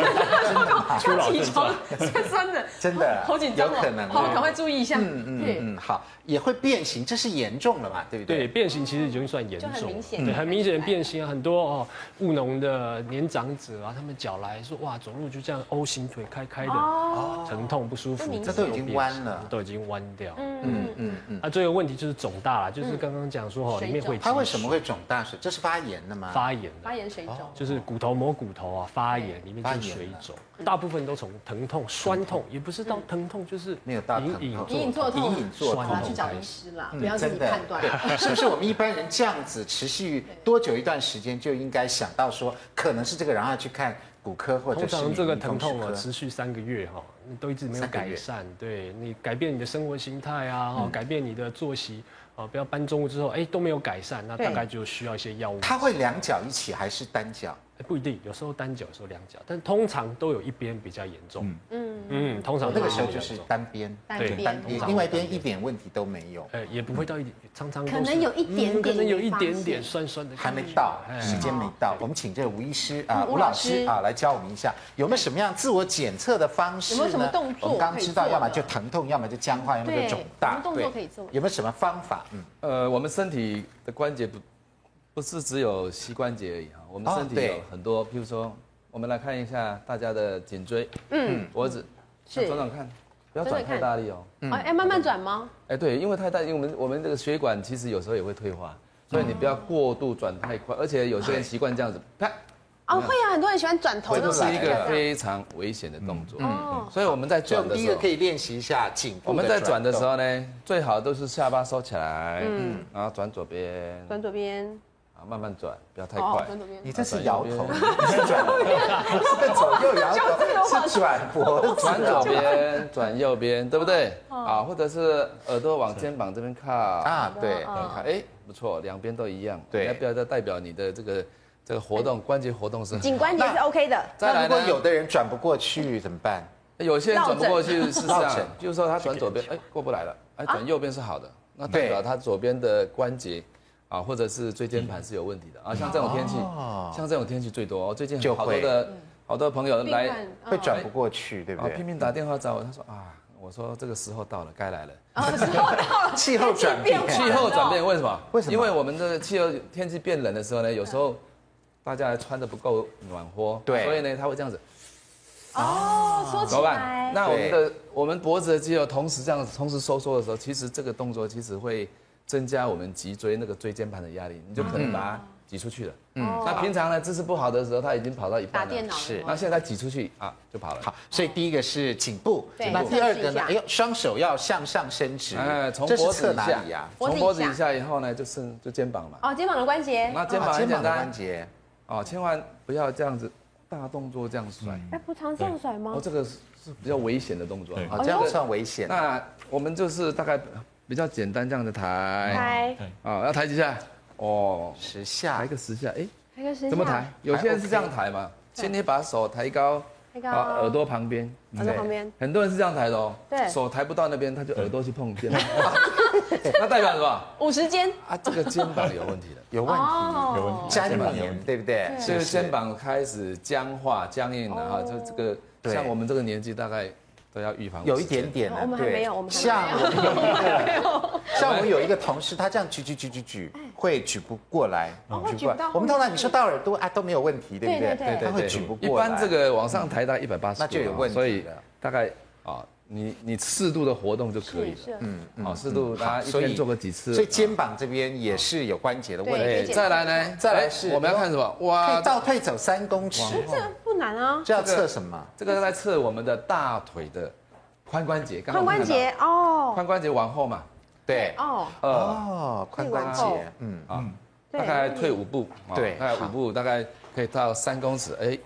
C: 初老
F: 起
C: 症状
F: 床，酸酸的，
B: 真的
F: 好紧张哦，
B: 有可能
F: 好，
B: 哦
F: 赶快注意一下。
B: 嗯嗯
F: 对
B: 嗯，好，也会变形，这是严重了嘛，对不对？嗯
D: 对，变形其实已经算严重了，
A: 就很明显
D: 对，很明显的变形啊，很多哦，务农的年长者啊，他们脚来说，哇，走路就这样 O 型腿开开的，疼痛不舒
A: 哦那
D: 服
A: 明，
B: 这都已经弯了
D: 变形都已经弯掉。
B: 嗯嗯嗯。
D: 啊，最后一个问题就是肿大了，就是刚刚讲说哦，
A: 嗯水
D: 里面
A: 肿
D: 会
B: 它为
D: 积
B: 什么会肿大水？这是发炎的吗？
D: 发炎的
F: 发炎水肿，
D: 就是骨头磨骨头啊，发炎，里面
B: 发
D: 就
B: 炎啊嗯
D: 是水肿，大部分都从疼痛、酸痛，也不是到疼痛，就是
B: 没有到疼
D: 隐
B: 痛
D: 隐作
F: 隐隐作痛
B: 隐隐作痛
D: 酸
F: 好啦，
D: 痛
F: 去找
D: 开
F: 医
D: 始
F: 师啦，
B: 嗯
F: 不要自己
B: 真的
F: 判断。
B: 对， 是不是我们一般人这样子持续多久一段时间就应该想到说可能是这个，然后去看骨科或者
D: 通
B: 是
D: 常这个疼痛
B: 免
D: 啊，
B: 疫风湿
D: 持续三个月哈、你都一直没有
B: 三个月嗯
D: 改善。对你改变你的生活形态啊，哦，改变你的作息，哦，不要搬重物之后，哎，都没有改善，那
F: 对
D: 大概就需要一些药物
B: 科。。它会两脚一起还是单脚？
D: 哎不一定，有时候单脚，有时候两脚，但通常都有一边比较严重。嗯嗯，通常
B: 我
D: 都
B: 那
D: 有
B: 个
D: 一
B: 时候
D: 边
B: 就
D: 比较
B: 是
D: 严重
B: 单边，
F: 单
D: 对
F: 边
B: 单
D: 通
B: 边，
D: 常
B: 另外一边一点问题都没有，
D: 呃，也不会到一点，常常都是嗯
A: 可能有一点点
D: 可能有
A: 没
D: 一
A: 发
D: 点
A: 现
D: 点酸酸的感觉，
B: 还没到，
D: 哎
B: 时间没到。我们请这个吴医师啊，
F: 嗯
B: 吴老师
F: 吴老师
B: 啊来教我们一下，有没有什么样自我检测的方式呢？
F: 有没有什么动作
B: 我们刚刚知道，
F: 可以
B: 要
F: 做的
B: 么就疼痛，要么就僵化，要么就肿大。
F: 对什么动作
B: 对
F: 可以做
B: 有没有什么方法？嗯，
E: 呃，我们身体的关节不不是只有膝关节而已哈，我们身
B: 哦
E: 体
B: 对
E: 有很多，譬如说，我们来看一下大家的颈椎、嗯，脖子，
F: 是
E: 转转看，不要转太大力哦。
F: 哎、要慢慢转吗？
E: 哎，对，因为太大，因为我们我们这个血管其实有时候也会退化，所以你不要过度转太快，而且有些人习惯这样子，啪，
A: 哦，会啊，很多人喜欢转头
E: 这
A: 那
E: 个
A: 种
E: 是
A: 感
E: 一
A: 觉
E: 个
A: 啊。
E: 非常危险的动
B: 嗯
E: 作。
A: 哦，
E: 所以我们在
B: 所以我们
E: 转的
B: 第一
E: 时
B: 个
E: 候
B: 可，以练习一下颈部。
E: 我们在转的时，候呢，最好都是下巴收起来，嗯，然后转左边，
F: 转左边，
E: 啊，慢慢转，不要太
F: 哦，
E: 快
F: 转。左边。
B: 你这是摇头，你是转，不是左右摇 头，是转哦脖子。
E: 转左边，转右边，对不对？啊，或者是耳朵往肩膀这边靠啊，
B: 啊，对，
E: 看，哎，不错，两边都一样。
B: 对
E: 要不要再代表你的这个这个活动关节活动是很好？
A: 颈关节是 OK 的，
E: 再
B: 哎那
E: 来
B: 如果
E: 呢，
B: 有
E: 有
B: 的人转不过去怎么办？
E: 有些人转不过去是这
B: 落
E: 样
B: 枕，
E: 就是说他转左边，哎，过不来了，哎，转右边是好的，那代表
B: 啊对
E: 他左边的关节。啊，或者是椎间盘是有问题的啊，像这种天气，像这种天气最多哦。最
B: 嗯
E: 近
B: 就
E: 好多
B: 会
E: 的好多朋友
F: 病
E: 来
F: 患
B: 会转不过去，对不
E: 啊，拼
B: 对？
E: 命打电话找我，他说啊，我说这个时候到了，该来了。哎
B: 气候 转变，
E: 气候转变为什么？
B: 为什么
E: 因为我们这个气候天气变冷的时候呢，有时候大家还穿的不够暖和，
B: 对
E: 所以呢，它会这样子，
A: 哦，缩起
E: 怎么办？
A: 来，
E: 那我们的我们脖子的肌肉同时这样子同时收缩的时候，其实这个动作其实会增加我们脊椎那个椎间盘的压力，你就可能把它挤出去了。嗯，那平常呢姿势不好的时候，它已经跑到一半
F: 打
E: 了。
F: 电脑了
B: 是
E: 那现在挤出去啊，就跑了。
B: 好，所以第一个是颈部，
F: 对
B: 那第二个
F: 测试一
B: 呢
F: 下？
B: 哎呦，双手要向上伸直，
E: 哎，从
B: 这是
E: 脖
B: 侧啊
E: 子以
B: 哪
E: 下
B: 里呀？，
F: 脖子
E: 从
F: 以
E: 脖子以
F: 下
E: 下以后呢，就剩就肩膀嘛。
F: 哦，肩膀的关节。
E: 那肩膀
B: 啊
E: 很
B: 肩
E: 简
B: 膀的
E: 单
B: 关，节，
E: 哦，千万不要这样子大动作这样甩，
B: 嗯
A: 哎，不常这样甩吗
E: 哦，？这个是是比较危险的动作
C: 对
E: 啊。
A: 哎
B: 啊，这样算危险。
E: 那我们就是大概比较简单这样的抬，
A: 抬，
E: 啊，要抬几下？哦，
B: 时下
E: 抬个十下，哎，
A: 抬个身
E: 怎么抬？哎有些人是这样抬嘛，先你把手抬高，
A: 抬高
E: 啊，耳朵旁边，
A: 耳朵旁边，
E: 很多人是这样抬的哦，
A: 对
E: 手抬不到那边，他就耳朵去碰肩， 那代表什么？
F: 五十肩。
E: 啊，这个肩膀有问题 了。
B: 有问题，
C: 有问题
B: 粘
E: 肩膀有
B: 黏，对不对？
E: 这
B: 是
E: 个
B: 不
E: 肩
B: 是？
E: 膀开始僵化、僵硬
A: 哦
E: 了哈，就这个
B: 对
E: 像我们这个年纪，大概都要预防。
B: 有一点，点呢，
A: 哦我们还
B: 对
A: 没有我们还没有
B: 像 我们有一个，像我们有一个同事，他这样举举举举举，会举不过来，
A: 会哎哦举
B: 不过
A: 不到
B: 来。我们通常你说到耳朵啊都没有问题，对不
A: 对
B: 对？
A: 对
E: 对
B: 他会
E: 对，
B: 举不
E: 一
B: 过来。嗯
E: 般这个往上抬到一百八十，
B: 那
E: 啊
B: 就有问题
E: 所以
B: 了
E: 大概啊，你你适度的活动就可以
A: 是
E: 了。嗯，好，适度，大家一
B: 所以
E: 天做个几次。
B: 所以肩膀这边也是有关节的问
A: 对
E: 哎，
B: 题，
E: 再来呢？
B: 再来
E: 哎
B: 是
E: 我们要看什么？
B: 可
E: 哇
B: 以，倒退走三公尺，
A: 这不难啊，
B: 这要测什么？
E: 这个在测我们的大腿的髋关节，刚刚
A: 髋
E: 我们
A: 关
E: 看到
A: 节哦，
E: 髋关节往后嘛，
B: 对，
A: 哦，
E: 呃，
B: 哦，髋关
A: 往后
B: 节，嗯，
E: 啊，
A: 对
E: 大概退五步，啊
B: 对
E: 大概五步，大概可以到三公尺，哎，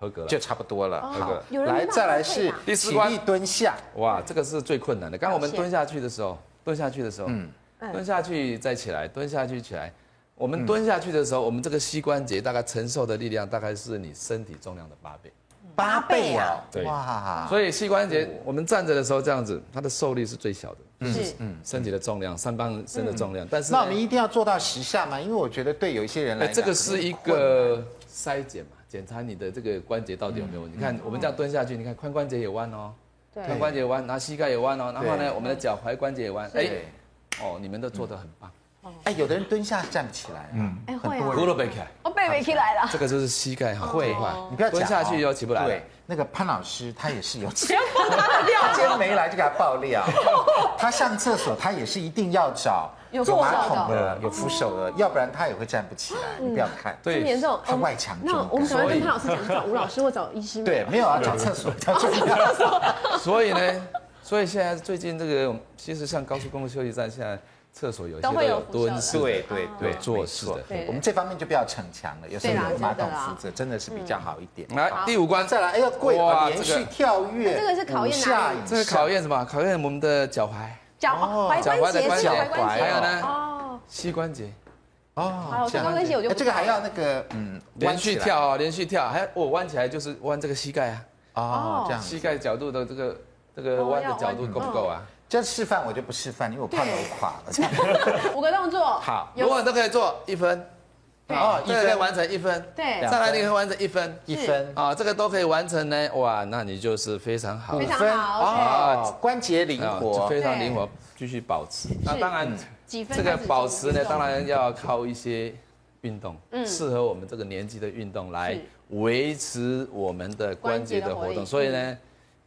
E: 合格了。
B: 就差不多了。好，
A: 有人没
B: 来
A: 办法
B: 再来是
A: 倒退
E: 第四
B: 起
E: 关
B: 立蹲下，
E: 哇，这个是最困难的。刚刚我们
A: 抱歉
E: 蹲下去的时候，蹲下去的时候，嗯，蹲下去再起来，蹲下去起来。我
B: 嗯
E: 们蹲下去的时候，我们这个膝关节大概承受的力量大概是你身体重量的八倍。
B: 八倍啊！
E: 对
B: 哇，
E: 所以膝关节我们站着的时候这样子，它的受力是最小的，
F: 是
E: 身体的重量，上半身的重量。但是呢
B: 嗯那我们一定要做到十下嘛，因为我觉得对有一些人来
E: 哎，
B: 讲，
E: 这个是一个筛检嘛，检查你的这个关节到底有没有
B: 嗯
E: 问题。你看我们这样蹲下去，你看髋关节也弯哦，髋关节也弯，然后膝盖也弯哦，然后
B: 对
E: 呢，我们的脚踝关节也弯。哎，
B: 对，
E: 哦，你们都做得很棒。
B: 哎，有的人蹲下站不起来，嗯，
F: 哎会啊，
E: 骨头背开，
F: 哦贝贝起来了，
E: 这个就是膝盖哈，
B: 会
E: 坏，
B: 你不要讲
E: 蹲
B: 哦
E: 下去又起不来了
B: 对，那个潘老师他也是有，不要放他的料，今天没来就给他爆料。他上厕所他也是一定要找
F: 有扶手
B: 马
F: 的
B: 桶的、有扶手的，要不然他也会站不起来。你不要看，
E: 对
F: 今年这种
B: 他外强中
F: 那我们
B: 干
F: 赶快
E: 所以
F: 跟潘老师讲，去找吴老师或找医师。
B: 对，没有要找厕所，找厕所。
E: 所以呢， 所以现在最近这个，其实像高速公路休息站，现在厕所有一些
F: 都
E: 都
F: 会有
E: 有
F: 扶手
E: 蹲式的，
B: 对对对，
E: 有坐式的
B: 没错
F: 对
B: 我们这方面就不要逞强了，有时
F: 对啦
B: 候有马桶
F: 真的啦
B: 扶着真的是比较好一点。
E: 来第五关，
B: 再来，哎要跪了，
E: 哇
B: 连
E: 这
B: 续
E: 个
B: 跳跃，
F: 这个是考验哪里
B: 五下以上
E: 这个考验什么？考验我们的脚踝、
F: 脚
B: 哦
F: 踝
E: 脚踝
F: 关节
E: 的关
F: 是
E: 节
F: 踝
B: 还
F: 关
E: 还
F: 节。
B: 有
E: 有
B: 呢
E: 呢
F: 哦，
E: 膝关节，
B: 哦
F: 好，我
B: 这
F: 刚
B: 样
F: 刚那些我就
B: 哎
F: 不
B: 这个还要那个嗯，
E: 连续
B: 弯起来
E: 跳啊，连续跳，还有我弯起来就是弯这个膝盖啊，
B: 哦，这样
E: 膝盖角度的这个这
F: 哦
E: 个弯的角度够不够啊？
F: 嗯
B: 这示范我就不示范，因为我怕
F: 对
B: 楼垮了。这样
F: 五个动作。
B: 好
E: 如
F: 有
E: 果都可以做一分，
B: 哦，一
E: 这个可以
B: 分
E: 完成一分，
F: 对
E: 再来你可以完成一分，
B: 一分
E: 啊，这个都可以完成呢，哇，那你就是非常好
F: 非
B: 五
F: 常
B: 分
F: 好
B: 哦，关节灵
E: 啊
B: 活，
E: 非常灵活，继续保持。那当然，
F: 几分
E: 这个
F: 开始
E: 保持呢，
F: 运动嗯
E: 当然要靠一些运动，适合我们这个年纪的运动来
F: 是
E: 维持我们的关节的活
F: 关节的活力嗯
E: 动。所以呢，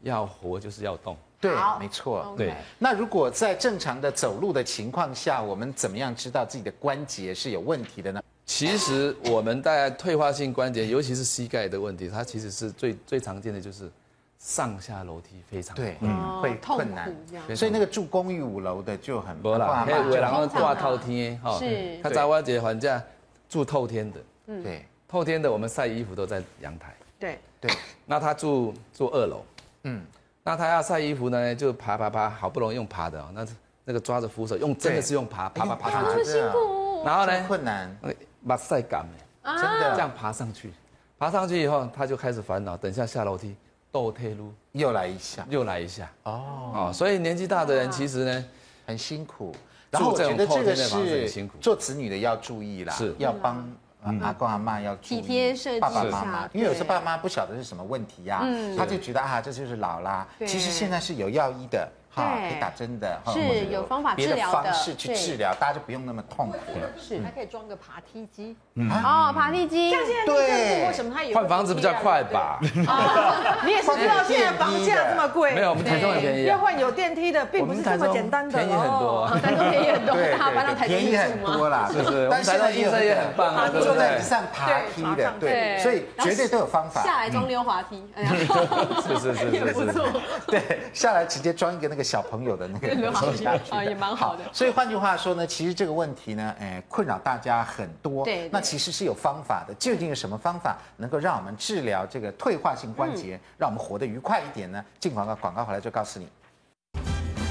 E: 要活就是要动。
B: 对
F: 好，
B: 没错。
F: 对，
B: 那如果在正常的走路的情况下，我们怎么样知道自己的关节是有问题的呢？
E: 其实我们在退化性关节，尤其是膝盖的问题，它其实是最最常见的就是上下楼梯非常
B: 对，
F: 嗯
B: 会
F: 痛苦
B: 困难
F: 这样，
B: 所以那个住公寓五楼的就很
E: 无啦，
B: 哇
E: 迄有的人
F: 通
E: 讲
F: 常啊
E: 挂透天的吼
F: 是，
E: 他早我一个还价住透天的，
F: 嗯
B: 对
E: 透天的我们晒衣服都在阳台。
F: 对，
B: 对，
E: 那他住住二楼，
B: 嗯，
E: 那他要晒衣服呢，就爬爬爬，好不容易用爬的哦，那那个抓着扶手用，真的是用爬爬爬爬上
B: 哎
E: 去，
B: 呦真的
F: 哦
E: 然后
B: 很
E: 呢，
B: 困难，
E: 那个把晒干的，
B: 真
E: 这
F: 啊
B: 的
E: 样爬上去，爬上去以后他就开始烦恼，等一下下楼梯倒退路
B: 又来一下
E: 又来一下
B: 哦，
E: 哦，所以年纪大的人其实呢，
B: 很辛苦。然后我觉得这个是做子女的要注意啦，
E: 是
B: 要帮。啊阿公阿妈要注意
F: 嗯体贴设计一下
B: 爸爸妈妈，
F: 对
B: 因为有时候爸妈不晓得是什么问题呀、他就觉得啊，这就是老啦。
F: 对
B: 其实现在是有药医的，哈，
F: 对
B: 可以打针的，哈
F: 是
B: 或者
F: 有方法
B: 别
F: 治疗的
B: 方式去
F: 对
B: 治疗，大家就不用那么痛苦了。
F: 是还可以装个爬梯机。
B: 啊
F: 哦，爬梯机。像现在
B: 对
F: 或，什么它也会
E: 换房子比较快吧？
H: 你也是知道现在房价这么贵，
E: 没有，我们台中很便宜啊
H: 要。换有电梯的，并不是这么简单的
E: 便宜很
H: 哦。
E: 多啊，
F: 台中便宜很多，
B: 对
F: 大家搬到台中
B: 便宜
F: 去住
B: 很
F: 吗？
B: 多啦，
E: 是不是？我
B: 但
E: 们台
B: 是
E: 中
B: 呢，
E: 医生也很棒啊，对不
B: 坐在
E: 对
B: 地？上爬梯
H: 对
B: 的，对，所以绝对都有方法。
F: 下来装溜滑梯，哎呀，
E: 是是是
F: 也
E: 是
F: 不
E: 是。
F: 错，
B: 对，下来直接装一个那个小朋友的那个哦
F: 溜滑
B: 东西
F: 梯
B: 下去
F: 啊也蛮好的。
B: 所以换句话说呢，其实这个问题呢，哎，困扰大家很多。
F: 对对
B: 那其实是有方法的。究竟有什么方法能够让我们治疗这个退化性关节，让我们活得愉快一点呢？进广告，广告回来就告诉你。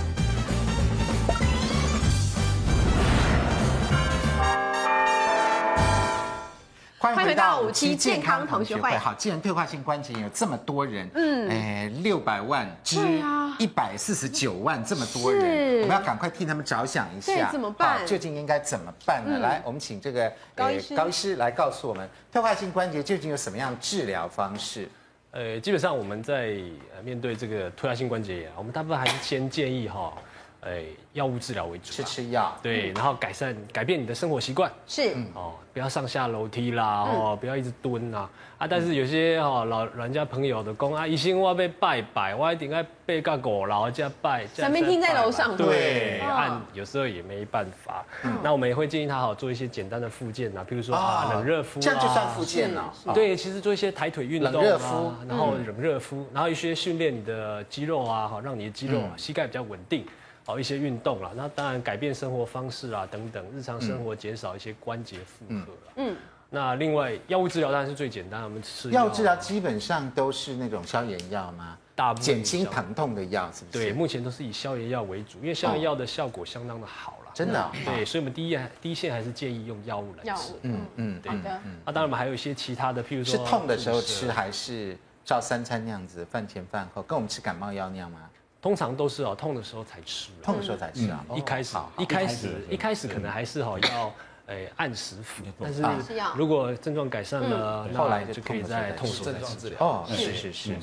B: 欢迎回到五期健康同学会。好，既然退化性关节有这么多人，嗯，哎，六百万至
F: 啊
B: 一百四十九万这么多人，我们要赶快替他们着想一下，
F: 对怎么办嗯
B: 好究竟应该怎么办呢？来，我们请这个呃
F: 高医师
B: 高医师来告诉我们，退化性关节究竟有什么样的治疗方式？
D: 呃，基本上我们在呃面对这个退化性关节炎啊，我们大部分还是先建议哈，呃，药物治疗为主
B: 吃
D: 啦，
B: 吃药，
D: 对，然后改善改变你的生活习惯，
F: 是
B: 嗯
D: 哦，不要上下楼梯啦，哦，不要一直蹲啦，啊，但是有些哦老老人家朋友的讲啊，医生我要被拜拜，我一定要拜到五楼才拜，才
F: 三边听在楼上
D: 对，
F: 嗯
D: 按
B: 哦
D: 有时候也没办法，
B: 嗯
D: 那我们也会建议他好做一些简单的复健啊，譬如说啊冷热敷
B: 哦
D: 啊，
B: 这样就算复健了。哦
D: 对，其实做一些抬腿运动、啊，
B: 冷热敷嗯
D: 然后冷热敷，然后一些训练你的肌肉啊，哈，让你的肌肉、啊
B: 嗯
D: 膝盖比较稳定，好一些运动啦、那当然改变生活方式啊，等等，日常生活减少一些关节负荷啦。嗯，那另外药物治疗当然是最简单，我们吃
B: 药物治疗基本上都是那种消炎药吗？
D: 大部分
B: 减轻
D: 消
B: 疼痛的药是不是？
D: 对，，目前都是以消炎药为主，因为消炎药的效果相当的好啦。
B: 真的啊
D: 对，所以我们第一第一线还是建议用药物来
F: 药
D: 吃
F: 物。。
B: 嗯嗯，
D: 对，那、当然我们还有一些其他的，譬如说
B: 是痛的时候
D: 注射
B: 吃还是照三餐那样子，饭前饭后，跟我们吃感冒药那样吗？
D: 通常都是哦痛的时候才吃啊，
B: 痛的时候才吃啊。哦
D: 一开始一开始一开始可能还是哈要。诶，按时服，但是
G: 啊是要嗯
D: 如果症状改善了，那
B: 后来就
D: 就可以
B: 痛的时候
D: 再
B: 再
D: 痛
B: 吃
D: 手
E: 症
D: 再
E: 状
D: 吃
E: 治疗。
B: 哦，是是是，
D: 嗯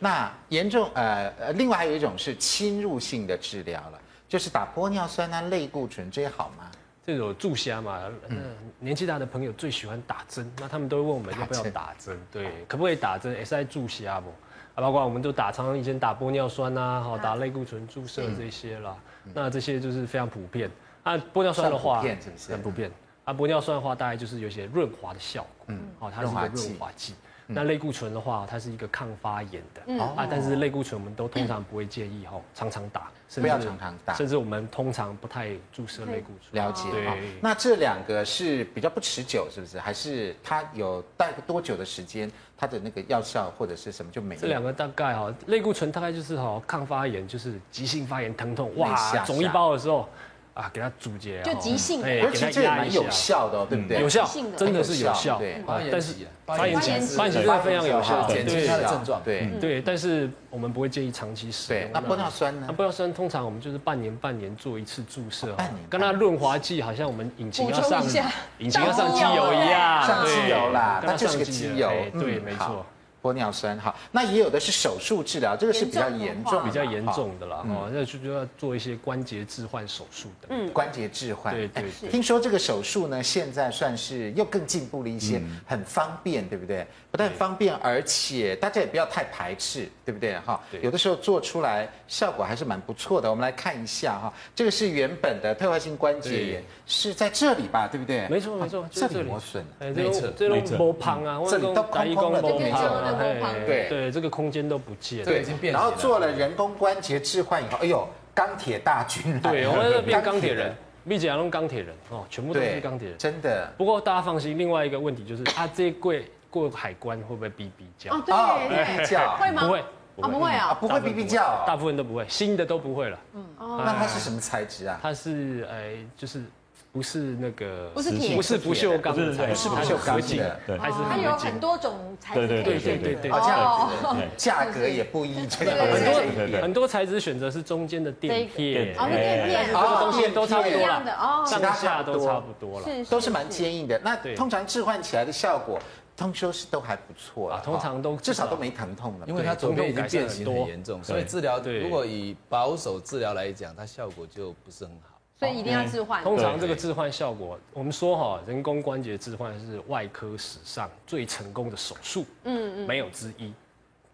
B: 那严重呃呃，另外还有一种是侵入性的治疗了，就是打玻尿酸啊、类固醇这些好吗？
D: 这种注虾嘛，嗯，年纪大的朋友最喜欢打针，那他们都会问我们要不要打针，
B: 嗯
D: 对，可不可以打针？S I 注虾不？啊，包括我们都打，常常以前打玻尿酸啊，
B: 嗯
D: 好打类固醇注射这些啦，那这些就是非常普遍。啊，玻尿酸的
B: 算
D: 话，
B: 普遍是不是
D: 很普遍。啊，玻尿酸的话，大概就是有一些润滑的效果，嗯，哦，它是一个
B: 润滑剂嗯
D: 润滑剂。那类固醇的话，它是一个抗发炎的，
B: 哦
D: 啊，但是类固醇我们都通常不会建议吼常常打，甚
B: 不
D: 至
B: 要常常打
D: 甚至我们通常不太注射类固醇。
B: 了解
D: 对
B: 啊。那这两个是比较不持久，是不是？还是它有大概多久的时间，它的那个药效或者是什么就没了？
D: 这两个大概哈，类固醇大概就是哈抗发炎，就是急性发炎疼痛，
B: 那一下
D: 哇，
B: 下
D: 肿一包的时候啊，给它阻截，
A: 就
D: 哈
A: 急性的
D: 哎
B: 而
D: 给
B: 且
D: 它
B: 这也
D: 压
B: 蛮
D: 一
B: 有
D: 下，嗯
B: 效的、哦，对不对？
D: 有效
A: 性，的
D: 真的是有效
B: 对，
D: 啊但是
E: 发炎期啊
D: 发炎期真的非常有效，
E: 减轻
D: 对
E: 它的症状。
B: 对
D: 对，
A: 嗯
D: 但是我们不会建议长期使
B: 对
D: 用。。啊
B: 那玻尿酸
D: 那
B: 呢？
D: 玻尿酸通常我们就是半年半年做一次注射哦，
B: 半年半年
D: 跟它润滑剂好像我们引擎要
A: 补充
D: 上
A: 一下
D: 引擎要上机油一
A: 哎
D: 样，
B: 上
D: 对
B: 机油啦
D: 跟它
B: 那就是个
D: 上机
B: 机油
D: 哎对，
B: 嗯
D: 没
B: 好
D: 错。
B: 玻尿酸好，那也有的是手术治疗，这个是比较严重的嘛，
D: 比较严
B: 哈
D: 重的啦，哦，那就就要做一些关节置换手术的。嗯，
B: 关节置换。
D: 对对
B: 哎
D: 对
B: 听说这个手术呢，现在算是又更进步了一些，
D: 嗯
B: 很方便，对不对？不但方便，而且大家也不要太排斥，对不对？哈
D: 对，
B: 有的时候做出来效果还是蛮不错的。我们来看一下哈，这个是原本的退化性关节炎
D: 对，
B: 是在这里吧，对不对？
D: 没错没错
B: 啊，
D: 就是
B: 这里磨损。
D: 哎，
E: 内侧
D: 这
C: 内
D: 种
C: 侧
D: 波胖啊，
B: 嗯这里都空空的
D: 波
B: 这边
D: 胖
B: 就
G: 有
D: 啊，
G: 那波胖
D: 哎
B: 对
D: 对，这个空间都不见了。
E: 这个已经变
B: 然
E: 形
B: 后
E: 了
B: 做了人工关节置换以后，哎呦，钢铁大军来了，
D: 对，我们要变钢铁人
B: 哎人，
D: 蜜姐龙钢铁人哦，全部都是
B: 对，
D: 钢铁人。
B: 真的。
D: 不过大家放心，另外一个问题就是啊，这过过海关会不会哔哔叫
A: 哦，？
B: 啊
A: 对对，
B: 哔叫
A: 会吗？
D: 不会，
A: 啊，不会
B: 啊，
A: 啊，
B: 不会哔哔叫哦，
D: 大部分都不会，新的都不会了。
A: 嗯
B: 那它是什么材质啊？
D: 它是哎，就是不是那个
A: 不是铁哎
D: 不，是不锈钢
C: 不
D: 的
C: 是
D: 材质，
C: 不
B: 是不锈钢的
D: 合金
C: 对
D: 还是
H: 它
D: 合
H: 有
D: 金
H: 很多种材质
C: 对
H: 可
C: 对
H: 以
C: 对
H: 选
C: 对
H: 择
C: 对
D: 对对
C: 对，
B: 哦，这样子的，价格也不一，这个
D: 很多
B: 这一点
D: 很多材质选择是中间的垫片，
A: 哦，那垫
C: 哎
A: 片
D: 这个东西都差不
A: 一
D: 多
A: 样的
D: 了，
A: 哦，
D: 上下都差不多了。
A: 是
B: 都是蛮坚硬的。那
D: 对
B: 通常置换起来的效果，通说是都还不错啦
D: 啊通常都
B: 至少都没疼痛了。
E: 因为它左边已经变
D: 疼痛改善很
E: 形
D: 多
E: 很严重，所以治疗
D: 对
E: 如果以保守治疗来讲，它效果就不是很好。
F: 所以一定
C: 嗯
F: 要置换。
D: 通常这个置换效果，我们说哈，人工关节置换是外科史上最成功的手术，嗯嗯，没有之一，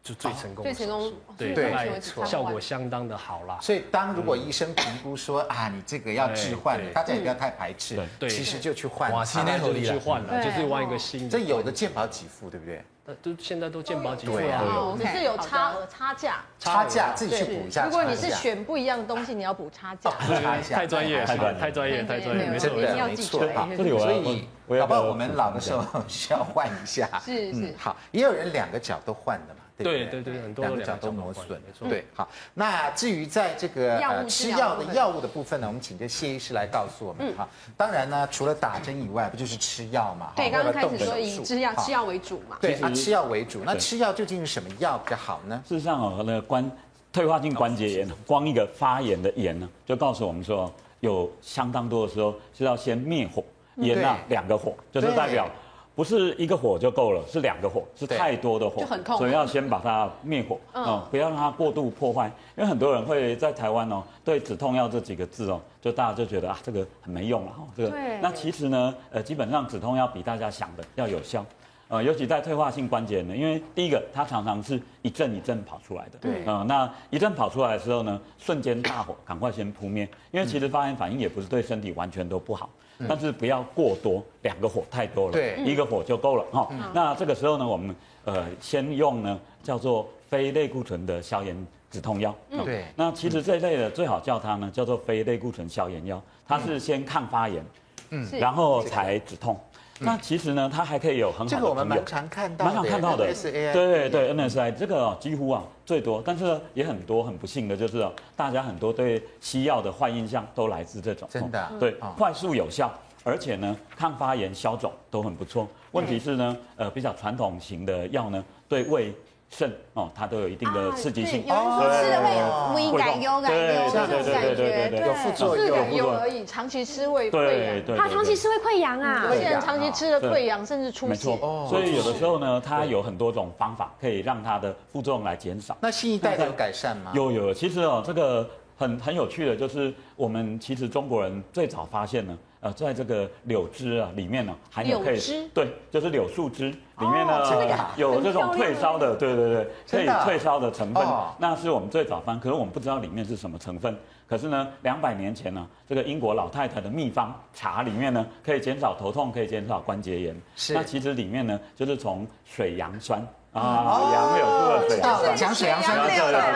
D: 就最成功的手
F: 最成功
D: 术，对，
B: 对
D: 大概
B: 没错
D: 效果相当的好啦。
B: 所以，当如果医生评估说啊，你这个要置换
D: 嗯对，对
B: 大家也不要太排斥
C: 对，
D: 对
B: 其实就去换
E: 哇现在
B: 它。
E: 合理
D: 去
C: 啊
E: 了
D: 换了，
F: 对
D: 就是换一个新的。
B: 这有的健保给付，对不对？
D: 呃，都现在都健保给付
B: 对啊
D: 了，
F: 我们哦是有差额差价，
B: 差价
D: 额
B: 自己去补一下。
F: 如果你是
B: 差价
F: 选不一样的东西，你要补差价。
B: 查一下
D: 太专业了，
C: 啊太专业了
D: 太专业了，太专业了，没错
B: 真。
F: 一定
B: 的
F: 要
B: 没
F: 记
B: 错
F: 起来
B: 好
C: 这里我要
B: 所
C: 我
B: 以
C: 我
B: 搞
C: 要
B: 不好
C: 不要
B: 我们老的时候 需要换一下。嗯
F: 是是
B: 好，也有人两个脚都换的嘛，对不
D: 对
B: 对？哎
D: 对对，很多
B: 两
D: 都
B: 个脚都
D: 换
B: 磨损
D: 没，错。
B: 对，好。那至于在这个呃
F: 药物治
B: 吃
F: 疗
B: 药
F: 的部
B: 的
F: 分嗯
B: 药物的部分呢，我们请这谢医师来告诉我们哈。当然呢，除了打针以外，不就是吃药嘛？
F: 对，
B: 哈
F: 刚刚开
B: 或
F: 始
B: 者动手
F: 说以
B: 术
F: 制药
B: 哈
F: 吃药为主嘛。
B: 对
C: 其实
B: 啊，吃药为主。那
C: 对
B: 吃药究竟是什么药比较好呢？
C: 事实上哦，那个关退化性关节炎，光一个发炎的炎呢，就告诉我们说，有相当多的时候是要先灭火，
F: 嗯
C: 炎啊两个火，就是
B: 对
C: 代表。不是一个火就够了，是两个火，是
B: 对
C: 太多的火，
F: 就很痛
C: 所以要先把它灭火，嗯，不要让它过度破坏。因为很多人会在台湾哦，对止痛药这几个字哦，就大家就觉得啊，这个很没用了哦，这个。那其实呢，呃，基本上止痛药比大家想的要有效。呃，尤其在退化性关节炎呢，因为第一个它常常是一阵一阵跑出来的，
B: 对
C: 呃，那一阵跑出来的时候呢，瞬间大火，赶快先扑灭，因为其实发炎反应也不是对身体完全都不好，但是不要过多，两个火太多了，
B: 嗯对嗯
C: 一个火就够了哈、那这个时候呢，我们呃先用呢叫做非类固醇的消炎止痛药，
F: 嗯
C: 哦
B: 对
C: 那其实这一类的最好叫它呢叫做非类固醇消炎药，它是先抗发炎，嗯，然后才止痛。那其实呢，它还可以有很好的
B: 嗯这个我们
C: 朋友
B: 蛮常看到的，
C: 蛮常看到的
B: SAI
C: 对对 NSI 这个哦几乎啊最多，但是呢也很多很不幸的就是哦，大家很多对西药的坏印象都来自这种，
B: 真的啊
C: 哦对
B: 嗯，
C: 快速有效，而且呢抗发炎消肿都很不错。问题是呢，呃比较传统型的药呢，对胃肾哦，它都有一定
A: 啊
F: 啊
C: 的刺激性。哦
A: 有人说吃
G: 哦
A: 了会有无影
C: 会
A: 感、
C: 痛
A: 忧感、忧这
C: 对
A: 种感
C: 对对对对
A: 觉，
C: 对
B: 有副作
F: 是
B: 用
F: 有。有而已，长期吃会溃
C: 对
F: 疡。
C: 对，
A: 他长期
C: 对
A: 吃会溃疡啊
F: 有。些人长期吃了
C: 对
F: 溃疡，甚至出
C: 没
F: 血
C: 错。，所以有的时候呢，它有很多种方法可以让它的副作用来减少。
B: 那新一代的有改善吗？
C: 有有，其实哦，这个很很有趣的，就是我们其实中国人最早发现呢，呃，在这个柳枝啊里面呢，含有可
F: 柳
C: 以
F: 枝
C: 对，就是柳树枝里面呢、
B: 哦真的呀
C: 有这种退烧的，对对对，可
B: 真
C: 以
B: 的啊
C: 退烧的成分，
B: 哦
C: 那是我们最早翻，可是我们不知道里面是什么成分。可是呢，两百年前呢，这个英国老太太的秘方茶里面呢，可以减少头痛，可以减少关节炎。
B: 是
C: 那其实里面呢，就是从水杨酸啊，杨柳树的水杨
B: 到
C: 酸
B: 了。讲水杨
C: 知
B: 酸
C: 道
B: 哦就知道了。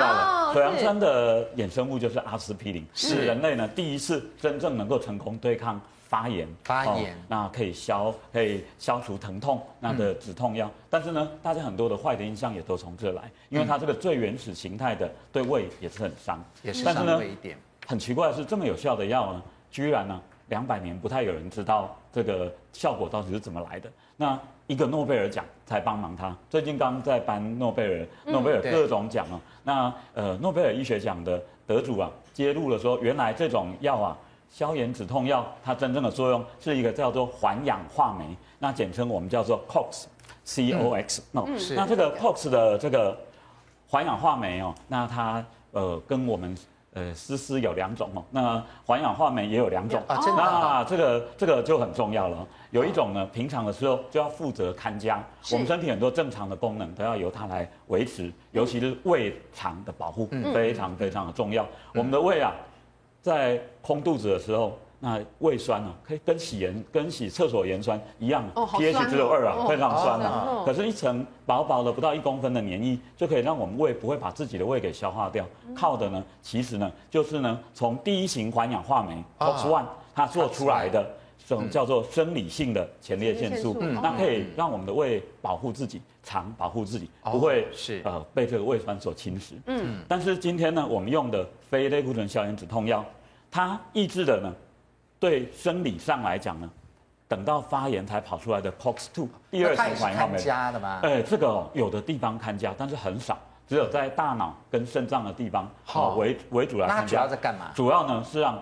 C: 了。水杨酸的衍生物就是阿司匹林，是人类呢第一次真正能够成功对抗发炎，
B: 发炎
C: 那可以消可以消除疼痛那的止痛药。但是呢，大家很多的坏的印象也都从这来，因为它这个最原始形态的对胃也是很伤，
B: 也是
C: 但是
B: 稍
C: 呢
B: 微一点。
C: 很奇怪的是，这么有效的药呢，居然呢两百年不太有人知道这个效果到底是怎么来的。那一个诺贝尔奖才帮忙他。最近刚在颁诺贝尔，诺贝尔
B: 对
C: 各种奖啊。那呃，诺贝尔医学奖的得主啊，揭露了说，原来这种药啊，消炎止痛药，它真正的作用是一个叫做环氧化酶，那简称我们叫做 COX。C O X，、哦
B: 是
C: 那这个 COX 的这个环氧化酶哦，那它呃跟我们呃丝丝有两种哦，那环氧化酶也有两种
B: 啊真的
C: 那这个这个就很重要了哦。有一种呢，平常的时候就要负责看家，我们身体很多正常的功能都要由它来维持，尤其是胃肠的保护、
F: 嗯
C: 非常非常的重要。我们的胃啊，在空肚子的时候。那胃酸啊，可以跟洗盐、跟洗厕所盐酸一样、
F: 哦好
C: p
F: 酸
C: h
F: 哦
C: 只有二啊，
F: 哦
C: 非常酸啊。
F: 哦
C: 可是，一层薄薄的不到一公分的黏液，就可以让我们胃不会把自己的胃给消化掉。
B: 嗯
C: 靠的呢，其实呢，就是呢，从第一型环氧化酶
B: 啊
C: COX one 它做出来的。这种叫做生理性的前列腺素，
B: 嗯
F: 前列腺素
C: 那可以让我们的胃保护自己，肠保护自己，
B: 哦
C: 不会
B: 是
C: 呃被这个胃酸所侵蚀。
F: 嗯
C: 嗯，但是今天呢，我们用的非类固醇消炎止痛药，它抑制的呢，对生理上来讲呢，等到发炎才跑出来的 COX-2 第二
B: 那
C: 型
B: 他也是
C: 环氧化
B: 看
C: 酶。
B: 家的吗？
C: 哎，这个、哦、有的地方看家，但是很少，只有在大脑跟肾脏的地方
B: 好
C: 好为为主来
B: 那他
C: 看
B: 主
C: 家
B: 要。在干嘛？
C: 主要呢是让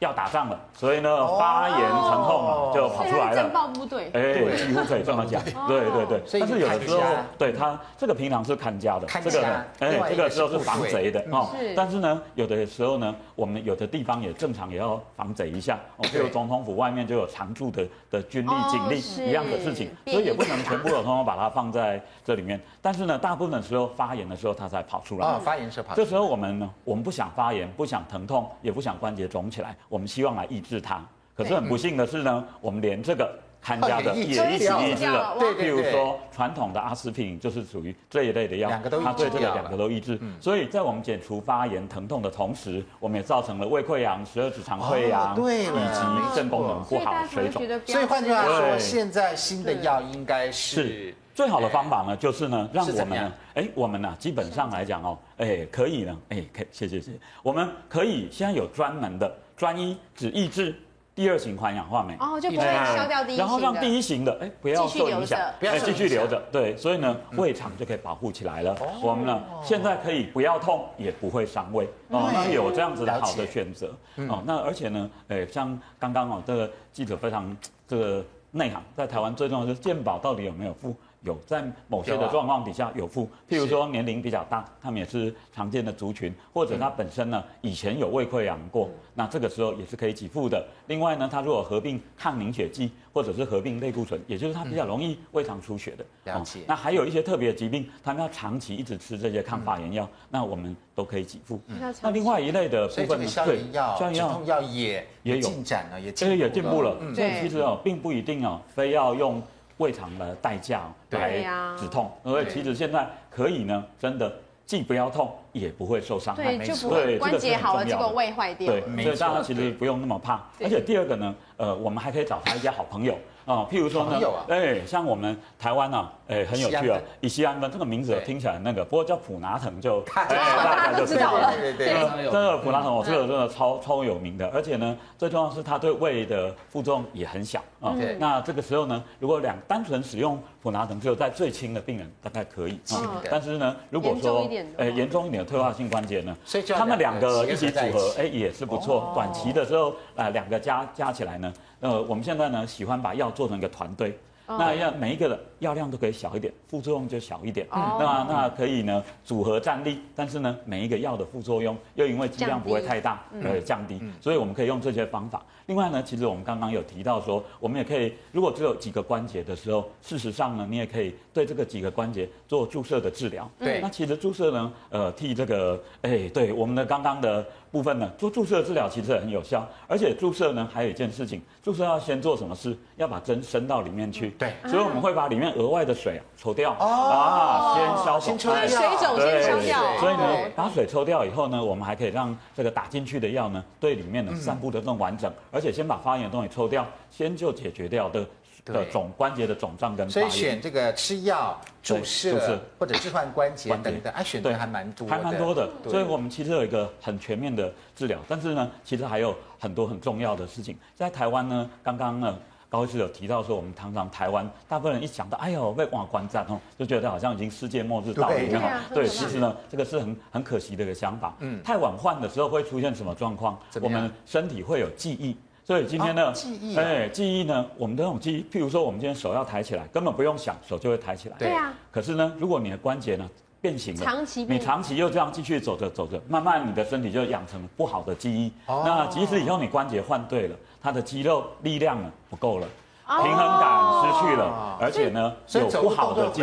C: 要打仗了，所以呢
B: 哦
C: 发炎疼痛啊就跑
F: 所以
C: 出
F: 它
C: 来
F: 是
C: 了
F: 震。爆部队。
C: 哎，几乎可以这么讲，对对对。
B: 哦所以
C: 但是有的时候
B: 看家，
C: 对他这个平常是看家的，
B: 看家
C: 这个呢，
B: 另
C: 哎，
B: 外一
C: 这
B: 个嗯
C: 个时候
B: 是
C: 是防
B: 护
C: 贼
B: 卫
C: 的哦
F: 是。
C: 但是呢，有的时候呢，我们有的地方也正常也要防贼一下哦，譬如
B: 对
C: 总统府外面就有常驻的的军力
F: 哦
C: 警
F: 是
C: 力一样的事情，所以也不能全部的通通把它放在这里面。但是呢，大部分的时候发炎的时候它才跑出来。
B: 哦，发炎是跑出
C: 这
B: 来。
C: 时候我们呢，我们不想发炎，不想疼痛，也不想关节肿起来，我们希望来抑制它。可是很不幸的是呢，我们连这个看家的
B: 哦也抑
C: 也
B: 制
C: 一起
B: 掉了
C: 抑制了。
B: 对对
C: 譬如
B: 对
C: 说传统的阿司匹林就是属于这一类的药，
B: 两个都抑制
C: 它对这个
B: 掉了嗯
C: 两个都抑制。所以在我们减除发炎疼痛的同时，我们也造成了胃溃疡、十二指肠溃
B: 哦
C: 疡，
B: 对
C: 以
B: 了没
C: 及肾功能
F: 所
C: 不
F: 以大
C: 好
F: 家、才
C: 水
F: 会
C: 肿
F: 觉。得不要
B: 所以换句话
C: 对
B: 说，
C: 对
B: 现在新的药应该
C: 是
B: 是哎
C: 最好的方法呢，就是呢，让
B: 是
C: 我
B: 怎么
C: 们
B: 样
C: 呢，哎，我们呢，基本上来讲哦，哎，可以呢，哎，可以谢谢谢谢，我们可以现在有专门的专一只抑制第二型环氧化酶。
A: 哦，就不会
C: 哎
A: 消掉第一
C: 然后
A: 型
C: 让
A: 的。
C: 第一型的哎不要
A: 继续
C: 受
A: 留
C: 影响
A: 着，
B: 不要
C: 哎
B: 受
C: 继
B: 影
C: 续留
B: 响嗯哦
C: 着，对，所以呢胃肠就可以保护起来了。我们呢现在可以不要痛，也不会伤胃哦，那有这样子的
B: 了
C: 好
B: 解
C: 的
B: 嗯
C: 选择哦。那而且呢，哎，像刚刚哦，这个记者非常这个内行，在台湾最重要的就是健保到底有没有付？有，在某些
B: 有
C: 的
B: 啊
C: 状况底下有付，譬如
B: 是
C: 说年龄比较大，他们也是常见的族群，或者他
B: 嗯
C: 本身呢以前有胃溃疡过，那这个时候也是可以给付的。另外呢，他如果合并抗凝血剂或者是合并类固醇，也就是他比较容易胃肠出血的，
B: 嗯
C: 哦
B: 了解
C: 那还有一些特别的疾病，他们要长期一直吃这些抗发炎药，那我们都可以给付。
B: 嗯
C: 那另外一类的
B: 所
C: 部
B: 以这
C: 分
B: 个
C: 呢，
B: 消炎药、
C: 消炎
B: 止
C: 药
B: 痛药也
C: 也有
B: 进展了，也
C: 这个
B: 进
C: 也进步了。
B: 嗯
C: 所以
F: 对
C: 其实哦，并不一定哦，非要用胃肠的代价哦
B: 对
C: 来
F: 呀
C: 止痛，因为
B: 对
C: 其实现在可以呢，真的既不要痛，也不会受伤害。
F: 对，
B: 没
F: 就
B: 错
F: 不会
C: 对
F: 关节好了，
C: 这个是很重
F: 结
C: 要的
F: 果胃坏掉
C: 对
F: 了。，
B: 没
C: 所以大
B: 错
C: 家其实不用那么怕。
F: 对
C: 而且第二个呢，呃，我们还可以找他一些好朋友啊、譬如说呢
B: 朋友啊，
C: 哎、像我们台湾呢、啊，哎、很有
B: 西安
C: 趣哦
B: 分，
C: 以西安分这个名字
B: 对
C: 听起来那个，不过叫普拿藤就，哎、
F: 大家都知道了
B: 对嗯对
E: 非
B: 对，
E: 常有
C: 这个普拉腾，我这个真的超超有名的，而且呢，最重要的是它对胃的负重也很小啊
E: 嗯。
C: 那这个时候呢，如果两单纯使用普拉腾，只有在最轻的病人大概可以
B: 是
C: 啊
B: 的。
C: 但是呢，如果
F: 严重一
C: 说
F: 点的
C: 呃
F: 话
C: 严重一点的退化性关节呢
B: 所以就，要
C: 他们
B: 两
C: 两
B: 个
C: 个一
B: 结
C: 起
B: 合在
C: 组
B: 一
C: 合，
B: 起
C: 哎也是不错。短期的时候啊，两个加加起来呢，呃，我们现在呢喜欢把药做成一个团队。那要每一个的药量都可以小一点，副作用就小一点。
F: 哦
C: 那那可以呢组合战力，但是呢每一个药的副作用又因为剂量不会太大，呃降
B: 嗯
C: 低，所以我们可以用这些方法。另外呢，其实我们刚刚有提到说，我们也可以如果只有几个关节的时候，事实上呢你也可以对这个几个关节做注射的治疗。
B: 对
C: 那其实注射呢，呃替这个哎对我们的刚刚的部分呢做注射治疗其实很有效，而且注射呢还有一件事情，注射要先做什么事？要把针伸到里面去。
B: 对哦
C: 所以我们会把里面额外的水啊抽掉啊，先消
B: 先
C: 肿。
B: 抽
F: 所以
B: 掉
F: 水肿
C: 对
F: 先消掉。
C: 所以呢
F: 哦，
C: 把水抽掉以后呢，我们还可以让这个打进去的药呢，对里面呢散布的更完整，而且先把发炎的东西抽掉，先就解决掉的的
B: 对
C: 肿关节的肿胀跟发
B: 所以
C: 炎。
B: 选这个吃药、注
C: 对注
B: 射
C: 射
B: 或者置换关节
C: 关节
B: 等等，哎，选
C: 对
B: 择还蛮多的，
C: 还蛮多的，
B: 对
C: 所以我们其实有一个很全面的治疗，但是呢，其实还有很多很重要的事情。在台湾呢，刚刚呢，高医师有提到说，我们常常台湾大部分人一想到，哎呦被网关站哦，就觉得好像已经世界末日到了一样
B: 对
F: 啊。
C: 对，
F: 很可怕
C: 其实呢，这个是很很可惜的一个想法。
B: 嗯
C: 嗯，太晚患的时候会出现什么状 况？嗯
B: 怎么
C: 我
B: 样
C: 们身体会有记忆。所以今天
B: 啊
C: 呢，
B: 哦记忆啊
C: 哎，记忆呢，我们的那种记忆，譬如说我们今天手要抬起来，根本不用想，手就会抬起来。
B: 对
F: 对啊，
C: 可是呢，如果你的关节呢变形了，
F: 长期
C: 你
F: 病
C: 长期又这样继续走着走着，慢慢你的身体就养成不好的记忆。
B: 哦
C: 那即使以后你关节换对了，它的肌肉力量呢不够了。
F: 哦
C: 平衡感失去了，而且呢，
B: 啊所以
C: 有不好的
B: 走
C: 记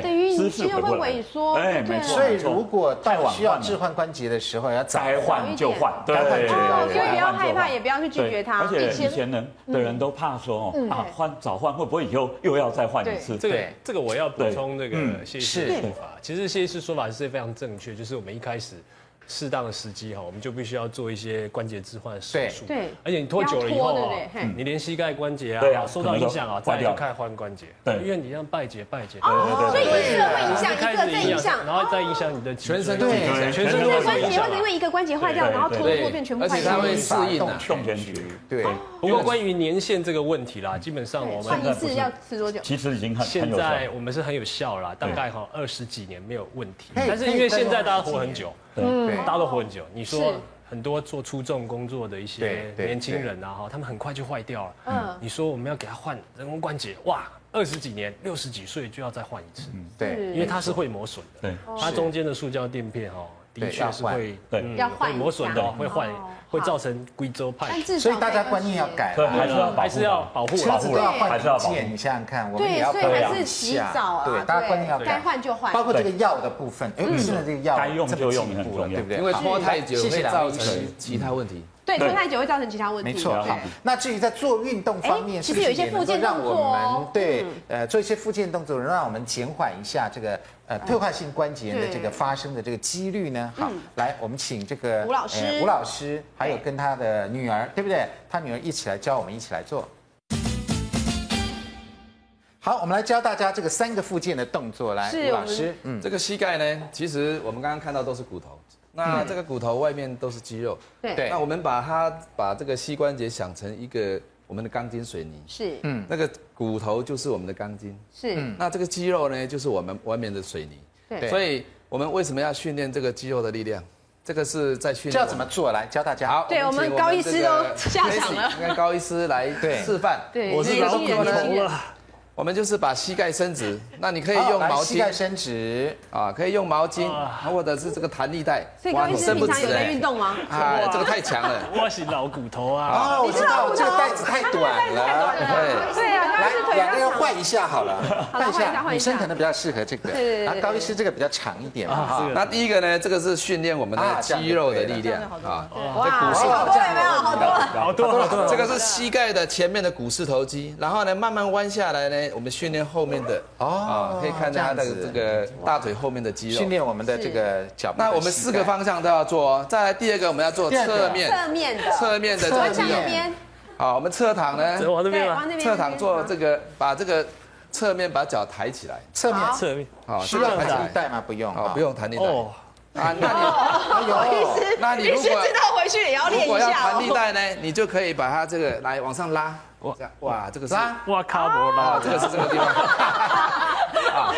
B: 路动作回不来
F: 等于你
C: 姿势
F: 肌肉
C: 回不
F: 会
C: 来
F: 萎缩
C: 哎，
F: 对
C: 没
F: 啊
C: 错。
B: 所以
C: 没错
B: 如果
C: 太
B: 到
C: 晚
B: 需要
C: 换了
B: 置换关节的时候，要早
C: 该换就换，
F: 早
C: 对
B: 一点哦
F: 所以不要害怕，也不要去拒绝它。
C: 而且以
F: 以前嗯
C: 前人的人都怕说哦啊
F: 对
C: 换早换会不会以后又要再换一次？
D: 这个
B: 对
D: 这个我要补充那
C: 嗯
D: 个谢医师的说法，其实谢医师说法是非常正确，就是我们一开始适当的时机哈，我们就必须要做一些关节置换的手术。
F: 对对
D: 而且你拖久了以
F: 要
D: 后
F: 拖的
D: 啊
F: 嘞嘿，
D: 你连膝盖关节
C: 对啊
D: 啊受到影响啊，
C: 可
D: 再
C: 能
D: 来
C: 就坏掉
D: 就开始换关节，
C: 对
D: 因为你让败节败节，
F: 哦
A: 所
C: 对
A: 以
C: 对
A: 一
C: 对
A: 个会影响
D: 开
A: 一个，
D: 始
A: 哦再影响
D: 然后再影响你的肌肉
E: 全身都
B: 对
E: 对
D: 全身都
A: 对
D: 会
A: 关
D: 受影
A: 节
D: 响
A: 会。因为一个关节坏掉，
C: 对
A: 然后拖
E: 对
A: 着拖变全部
E: 而
A: 坏
E: 且
A: 掉
E: 它。会适应
B: 动
E: 啊
C: 动全局
B: 对
C: 对。
D: 不过关于年限这个问题啦，基本上我
F: 换
D: 们
F: 一次要吃多久？
C: 其实已经很很
D: 现
C: 有效
D: 在。我们是很有效啦，大概哈二十几年没有问题。
B: 可以
D: 但是因为现在大家活很久，
C: 对
B: 对
D: 大家都活很久，你
F: 是
D: 说很多做出重工作的一
B: 对
D: 些
B: 对
D: 年轻人啊，哈，他们很快就坏掉了。
F: 嗯
D: 嗯，你说我们要给他换人工关节，哇，二十几年、六十几岁就要再换一次，
B: 对
D: 因为它是会磨损的，
C: 对，
D: 它中间的塑胶垫片哦，的
B: 对
D: 确是
B: 要换
D: 会
C: 对
D: 嗯
F: 要换
D: 会磨损的
F: 一
D: 哦
F: 下，
D: 会换
F: 哦，
D: 会
F: 好
D: 造成硅州派
F: 但。至少
B: 所以大家观念要
F: 在20
B: 改
C: 对，
B: 了。
C: 还是要保护
D: 还是
B: 车
D: 要保护啦
B: 子都要换
C: 还是要保护
B: 零件，你想想看，我们也
F: 对，
B: 要
F: 所以还
B: 保养
F: 是
B: 一
F: 及
B: 下
F: 早啊，
B: 对，大家观念要
F: 该
B: 改。
F: 换就换。
B: 包括这个药的部分，哎，我们现在这个药
C: 嗯该用
B: 这么
C: 就用
B: 进步
C: 很
B: 了，
C: 重要
B: 对不对？
E: 因为拖太久
B: 谢谢
E: 会
B: 两
E: 造
B: 位医师
E: 成其他问题。
F: 对，拖太久会造成其他问题。
B: 没错，
F: 对
B: 好。那至于在做运动方
F: 哎
B: 面，
F: 其
B: 是不
F: 实
B: 是
F: 有一些
B: 也能
F: 复健
B: 够让我
F: 动作哦
B: 们对呃做一些复健动作，让我们减缓一下这个呃退化性关节炎的
F: 嗯对嗯
B: 这个发生的这个几率呢？好，来，我们请这个
F: 吴老师
B: 呃吴老师还有跟他的女儿，对不对？他女儿一起来教我们一起来做。好，我们来教大家这个三个复健的动作，来，
F: 是
B: 吴
F: 我
B: 老
F: 们
B: 师，嗯，
E: 这个膝盖呢，其实我们刚刚看到都是骨头，那这个骨头外面都是肌肉。
F: 对
B: 嗯对
E: 那我们把它把这个膝关节想成一个我们的钢筋水泥，
F: 是
B: 嗯
E: 那个骨头就是我们的钢筋，
F: 是，
E: 那这个肌肉呢就是我们外面的水泥。
F: 对
E: 所以我们为什么要训练这个肌肉的力量？这个是在训
B: 这要
E: 练。
B: 怎么做？来教大家。
E: 好，
F: 对
E: 请
F: 我们高医师都
E: 这 个
F: 下场了
E: Tracy，跟高医师来
B: 对
E: 示范。
F: 对
D: 我是
E: 第一个
D: 老
F: 老
E: 动
D: 骨
E: 作
F: 年轻
D: 头
E: 呢，
F: 人
D: 了，
E: 我们就是把膝盖伸直，那你可以
B: 好
E: 用
B: 来
E: 毛
B: 膝
E: 巾
B: 盖伸直，
E: 啊，可以用毛巾
D: 啊
E: 或者是这个弹力带
F: 所以高
E: 往
F: 医师
E: 伸
F: 平
E: 不
F: 常有
E: 直
F: 在运
E: 哎，
F: 动吗？
E: 啊，这个太强了。
D: 我是老骨头啊。
B: 哦，我知道，这个带子太短了。
E: 对，
F: 对啊，高医师
B: 来，
F: 腿
B: 两个
F: 要
B: 人换一下好了，
F: 换一下换一下
B: 女生可能比较适合这个，
F: 对对对
B: 然后高医师这个比较长一点嘛
D: 啊
B: 哈
D: 是。
E: 那第一个呢，这个是训练我们
B: 啊
E: 的
B: 这样
E: 肌
B: 就
E: 肉
B: 可以
E: 的
B: 了
E: 力量啊。
F: 哇，
B: 好
F: 好
B: 多
F: 多
B: 了
F: 了
B: 没
F: 没
B: 有
F: 有？
B: 好
F: 好
B: 多
F: 多
B: 了
F: 了。
D: 好多好多。
E: 这个是膝盖的前面的股四头肌，然后呢慢慢弯下来呢，我们训练后面的
B: 哦
E: 啊，可以看
B: 这
E: 到
B: 样
E: 它的
B: 子
E: 这个大腿后面的肌肉
B: 训。练我们的这个脚部的膝盖。
E: 那我们四个方向都要做哦。再来第二个，我们要做
B: 第二个
E: 侧面，
A: 侧面的，
E: 侧面的这
A: 往
E: 个
A: 上
E: 肌
A: 一
E: 肉。
A: 边，
E: 好，我们侧躺呢，
D: 往那边
A: 啊对，
D: 吗
A: 往？那边
E: 侧躺做这
A: 个，
E: 个，把这个侧面把脚抬起来。
B: 侧面
A: 好
D: 侧面
E: 好，
B: 需
E: 这个
B: 要
E: 抬起
B: 弹
E: 来
B: 力带吗？不用
E: 好，不。用弹力带。
D: 哦，
E: 啊，那
B: 有。
E: 你那 你如果
A: 道回去也要
E: 如果要弹力带呢，你就可以把它这个来往上拉。这样哇，这个是
B: 拉
D: 哇卡博
E: 啊，
D: 拉，
E: 这个是这个地 方。啊，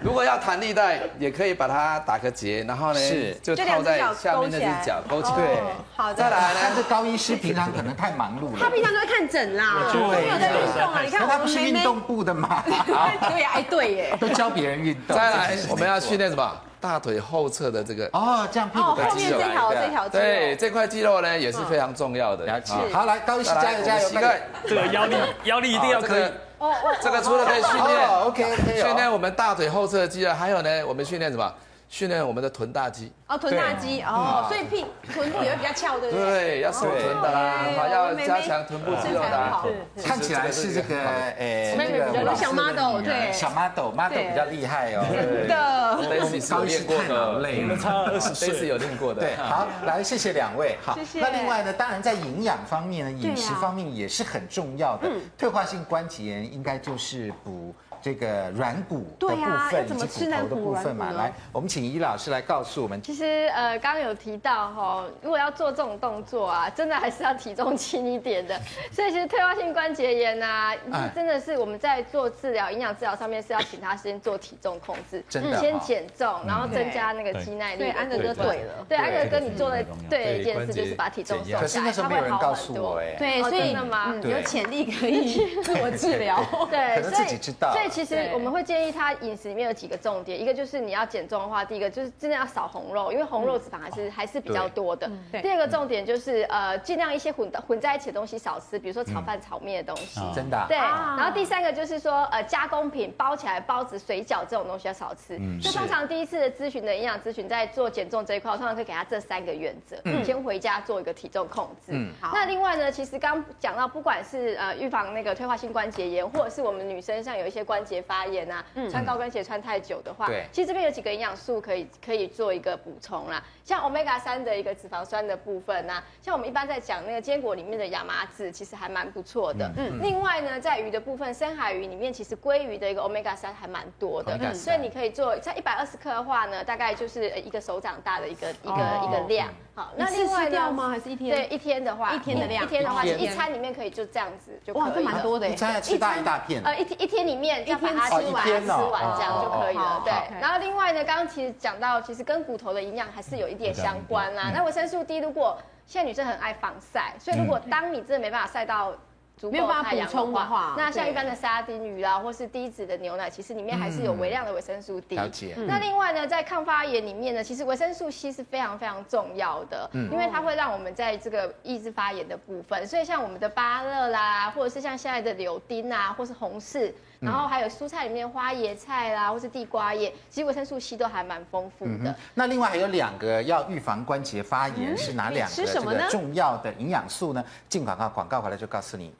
E: 如果要弹力带，也可以把它打个结，然后呢，
B: 是
E: 就
A: 就
E: 套在
A: 两只脚
E: 下
A: 勾
E: 面那
A: 起来
E: 只脚勾起来。哦
B: 对，
A: 好
E: 再
A: 的，
E: 来
B: 但
E: 呢
B: 是，高医师平常可能太忙碌
A: 他平
B: 了，
A: 常都会看诊啦，
D: 对
A: 都没有在运动啊。你看
B: 那他
A: 我
B: 不
A: 们
B: 是
A: 妹
B: 运
A: 妹，
B: 动啊部的吗？
A: 对呀，哎对耶，
B: 都教别人运动。
E: 再来
B: 这是，
E: 我们要训练什么？大腿后侧的这个
B: 哦，这样 屁
A: 哦，
B: 股的
A: 后
B: 肌
A: 面
B: 肉
A: 这。条这条肌
E: 对，
A: 肉，
E: 这块肌肉呢也是非常重要的。
B: 了解
E: 啊。
B: 好，来，高医师
E: 再来
B: 加油加油！
E: 我们膝盖
D: 这
A: 啊
D: 个腰力腰力一
E: 一
D: 定要可以。
A: 哦哦，
E: 这个除了可以训练
B: 哦，OK OK。
E: 训练我们大腿后侧的肌肉，还有呢，我们训练什么？训练我们的臀大肌。
A: 哦臀大肌哦，所以屁臀部也会比较翘，对不对？
E: 对，要收臀的啦
A: 对，
E: 好，
A: 我
E: 要
A: 妹妹
E: 加强臀部肌
A: 身
E: 肉
A: 材
E: 的
A: 很
E: 啊
A: 好。。
B: 看起来是这个诶，
A: 妹妹比较
B: 那个
A: 小 model，对
B: 小 model，model 比较厉害哦。对
A: 的，
E: Daisy 是
B: 高
E: 有
B: 医师
E: 练过
B: 太
E: 的
B: 劳，累
D: 我
B: 了
D: 们。差二十岁，
E: Daisy 有练过的。
B: 对，好，来，谢谢两位。好，
A: 谢
B: 那另外呢，当然在营养方面呢，
A: 对啊
B: 饮食方面也是很重要
A: 嗯
B: 的。退化性关节炎应该就是补这个软骨的
A: 对啊
B: 部
A: 要
B: 分，以
A: 怎么
B: 及
A: 吃
B: 骨
A: 呢
B: 头的部分嘛。
A: 补软骨呢
B: 来，我们请伊老师来告诉我们。
G: 其实呃，刚刚有提到哈、如果要做这种动作啊，真的还是要体重轻一点的。所以其实退化性关节炎呐、
B: 哎
G: 啊，真的是我们在做治疗、营养治疗上面是要请他先做体重控制，
B: 真的
G: 先
B: 哈
G: 减重，然后增加那个肌耐力。
A: 对，安德哥对了。
G: 对，安
E: 对
G: 哥哥，你做的对
E: 对
G: 一件事
E: 关
G: 就
E: 节
G: 是把体重
E: 减
G: 瘦
E: 压
G: 下来，
B: 可是那时候
G: 它
B: 没
G: 会
B: 有人
G: 好
B: 告
G: 很
B: 诉
G: 多
B: 我哎
A: 对，
G: 哦
A: 所以
G: 真的吗
A: 嗯
B: 对
A: 有潜力可以 自我治疗。
G: 对，
B: 可能
G: 所以
B: 自己知道啊
G: 所以其实
A: 对
G: 我们会建议他饮食里面有几个重点，一个就是你要减重的话，第一个就是真的要少红肉，因为红肉脂肪还
B: 嗯
G: 是、还是比较多的。
A: 嗯对
G: 第二个重点就是呃，尽量一些混混在一起的东西少吃，比如说炒饭、炒面的东西。
C: 啊
B: 真的啊
G: 对，然后第三个就是说，呃，加工品包起来包子、水饺这种东西要少吃。
B: 嗯
G: 就通常第一次的咨询的营养咨询，在做减重这一块，我通常可以给他这三个原则，先回家做一个体重控制。
A: 好
G: 那另外呢，其实刚讲到，不管是呃预防那个退化性关节炎，或者是我们女生像有一些关节发炎啊，穿高跟鞋穿太久的话，
B: 对
G: 其实这边有几个营养素可以可以做一个补充啦，像 omega 三的一个脂肪酸的部分呐、啊像我们一般在讲那个坚果里面的亚麻籽，其实还蛮不错的。嗯，另外呢，在鱼的部分，深海鱼里面其实鲑鱼的一个 omega 三还蛮多的，
B: Omega-3
G: 所以你可以做在一百二十克的话呢，大概就是呃一个手掌大的一
A: 哦
G: 个一个、一个量。好，
A: 那
G: 那
A: 另
G: 另
A: 外
G: 外
A: 掉
G: 呢？
A: 吗？还是一天？
G: 对，，一天的话，
A: 嗯一天的量
G: 一天的话，
B: 一
G: 就
B: 天
G: 一餐里面可以就这样子就可以
A: 哇，这蛮
G: 了
A: 多的耶
B: 一。餐要吃大一大片，
G: 呃，一天一天里面这样把它
B: 哦
G: 吃
B: 一
G: 完，
B: 天
G: 吃
B: 哦
G: 完这样就可以
A: 哦哦
G: 了
A: 哦。
G: 对
A: 好，
G: 然后另外呢，刚刚其实讲到，其实跟骨头的营养还是有一点相关
B: 嗯
G: 啦。那维生素 D 如果现在女生很爱防晒，所以如果当你真的没办法晒到。足
A: 嗯没有
G: 够
A: 办法
G: 太阳
A: 补充的
G: 的
A: 话
G: 话，那像
A: 对
G: 一般的沙丁鱼啊啦，或是低脂的牛奶，其实里面还是有微量的维生素 D。
B: 嗯
G: 嗯
B: 了解
G: 那另外呢，在抗发炎里面呢，其实维生素 C 是非常非常重要的，
B: 嗯
G: 因为它会让我们在这个抑制发炎的部分。所以像我们的芭乐啦，或者是像现在的柳丁啊，或是红柿，
B: 嗯
G: 然后还有蔬菜里面的花椰菜啦，或是地瓜叶，其实维生素 C 都还蛮丰富
B: 嗯
G: 的。
B: 那另外还有两个要预防关节发炎是哪两个
A: 吃什
B: 这
A: 么呢
B: 个重要的营养素呢？进广告，广告回来就告诉你。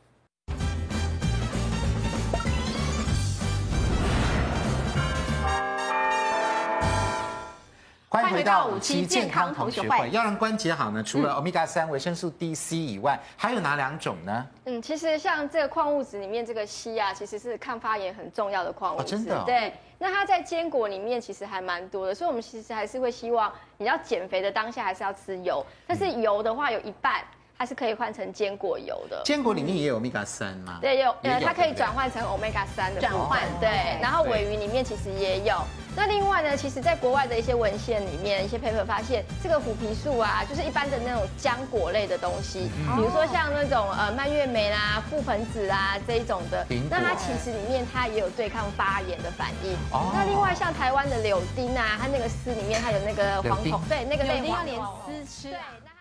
B: 欢迎回到五期健康同学会。要让关节好呢，除了欧米伽三、维生素 D、C 以外，还有哪两种呢？
G: 嗯，其实像这个矿物质里面这个硒啊，其实是抗发炎很重要的矿物质。
B: 哦真的哦
G: 对，那它在坚果里面其实还蛮多的，所以我们其实还是会希望你要减肥的当下还是要吃油，
B: 嗯
G: 但是油的话有一半它是可以换成坚果油的。
B: 坚果里面也有欧米伽三吗？
G: 对，有
B: 也
G: 呃，它可
B: 对
G: 以
B: 不对
G: 转换成 omega 三的
A: 转
G: 部分
A: 换
B: 哦
G: 对
A: OK，。
G: 然后
B: 对
G: 尾鱼里面其实也有。那另外呢，其实在国外的一些文献里面，一些 paper 发现，这个虎皮素啊，就是一般的那种浆果类的东西，
B: 嗯
G: 比如说像那种呃蔓越莓啦、覆盆子啦这一种的
B: 哦苹果，
G: 那它其实里面它也有对抗发炎的反应
B: 哦。
G: 那另外像台湾的柳丁啊，它那个丝里面它有那个
B: 柳
G: 黄
B: 丁
G: 酮，对，那个类
A: 柳丁要
G: 黄
A: 连
G: 酮。
A: 丝吃
G: 对
A: 啊。
G: 那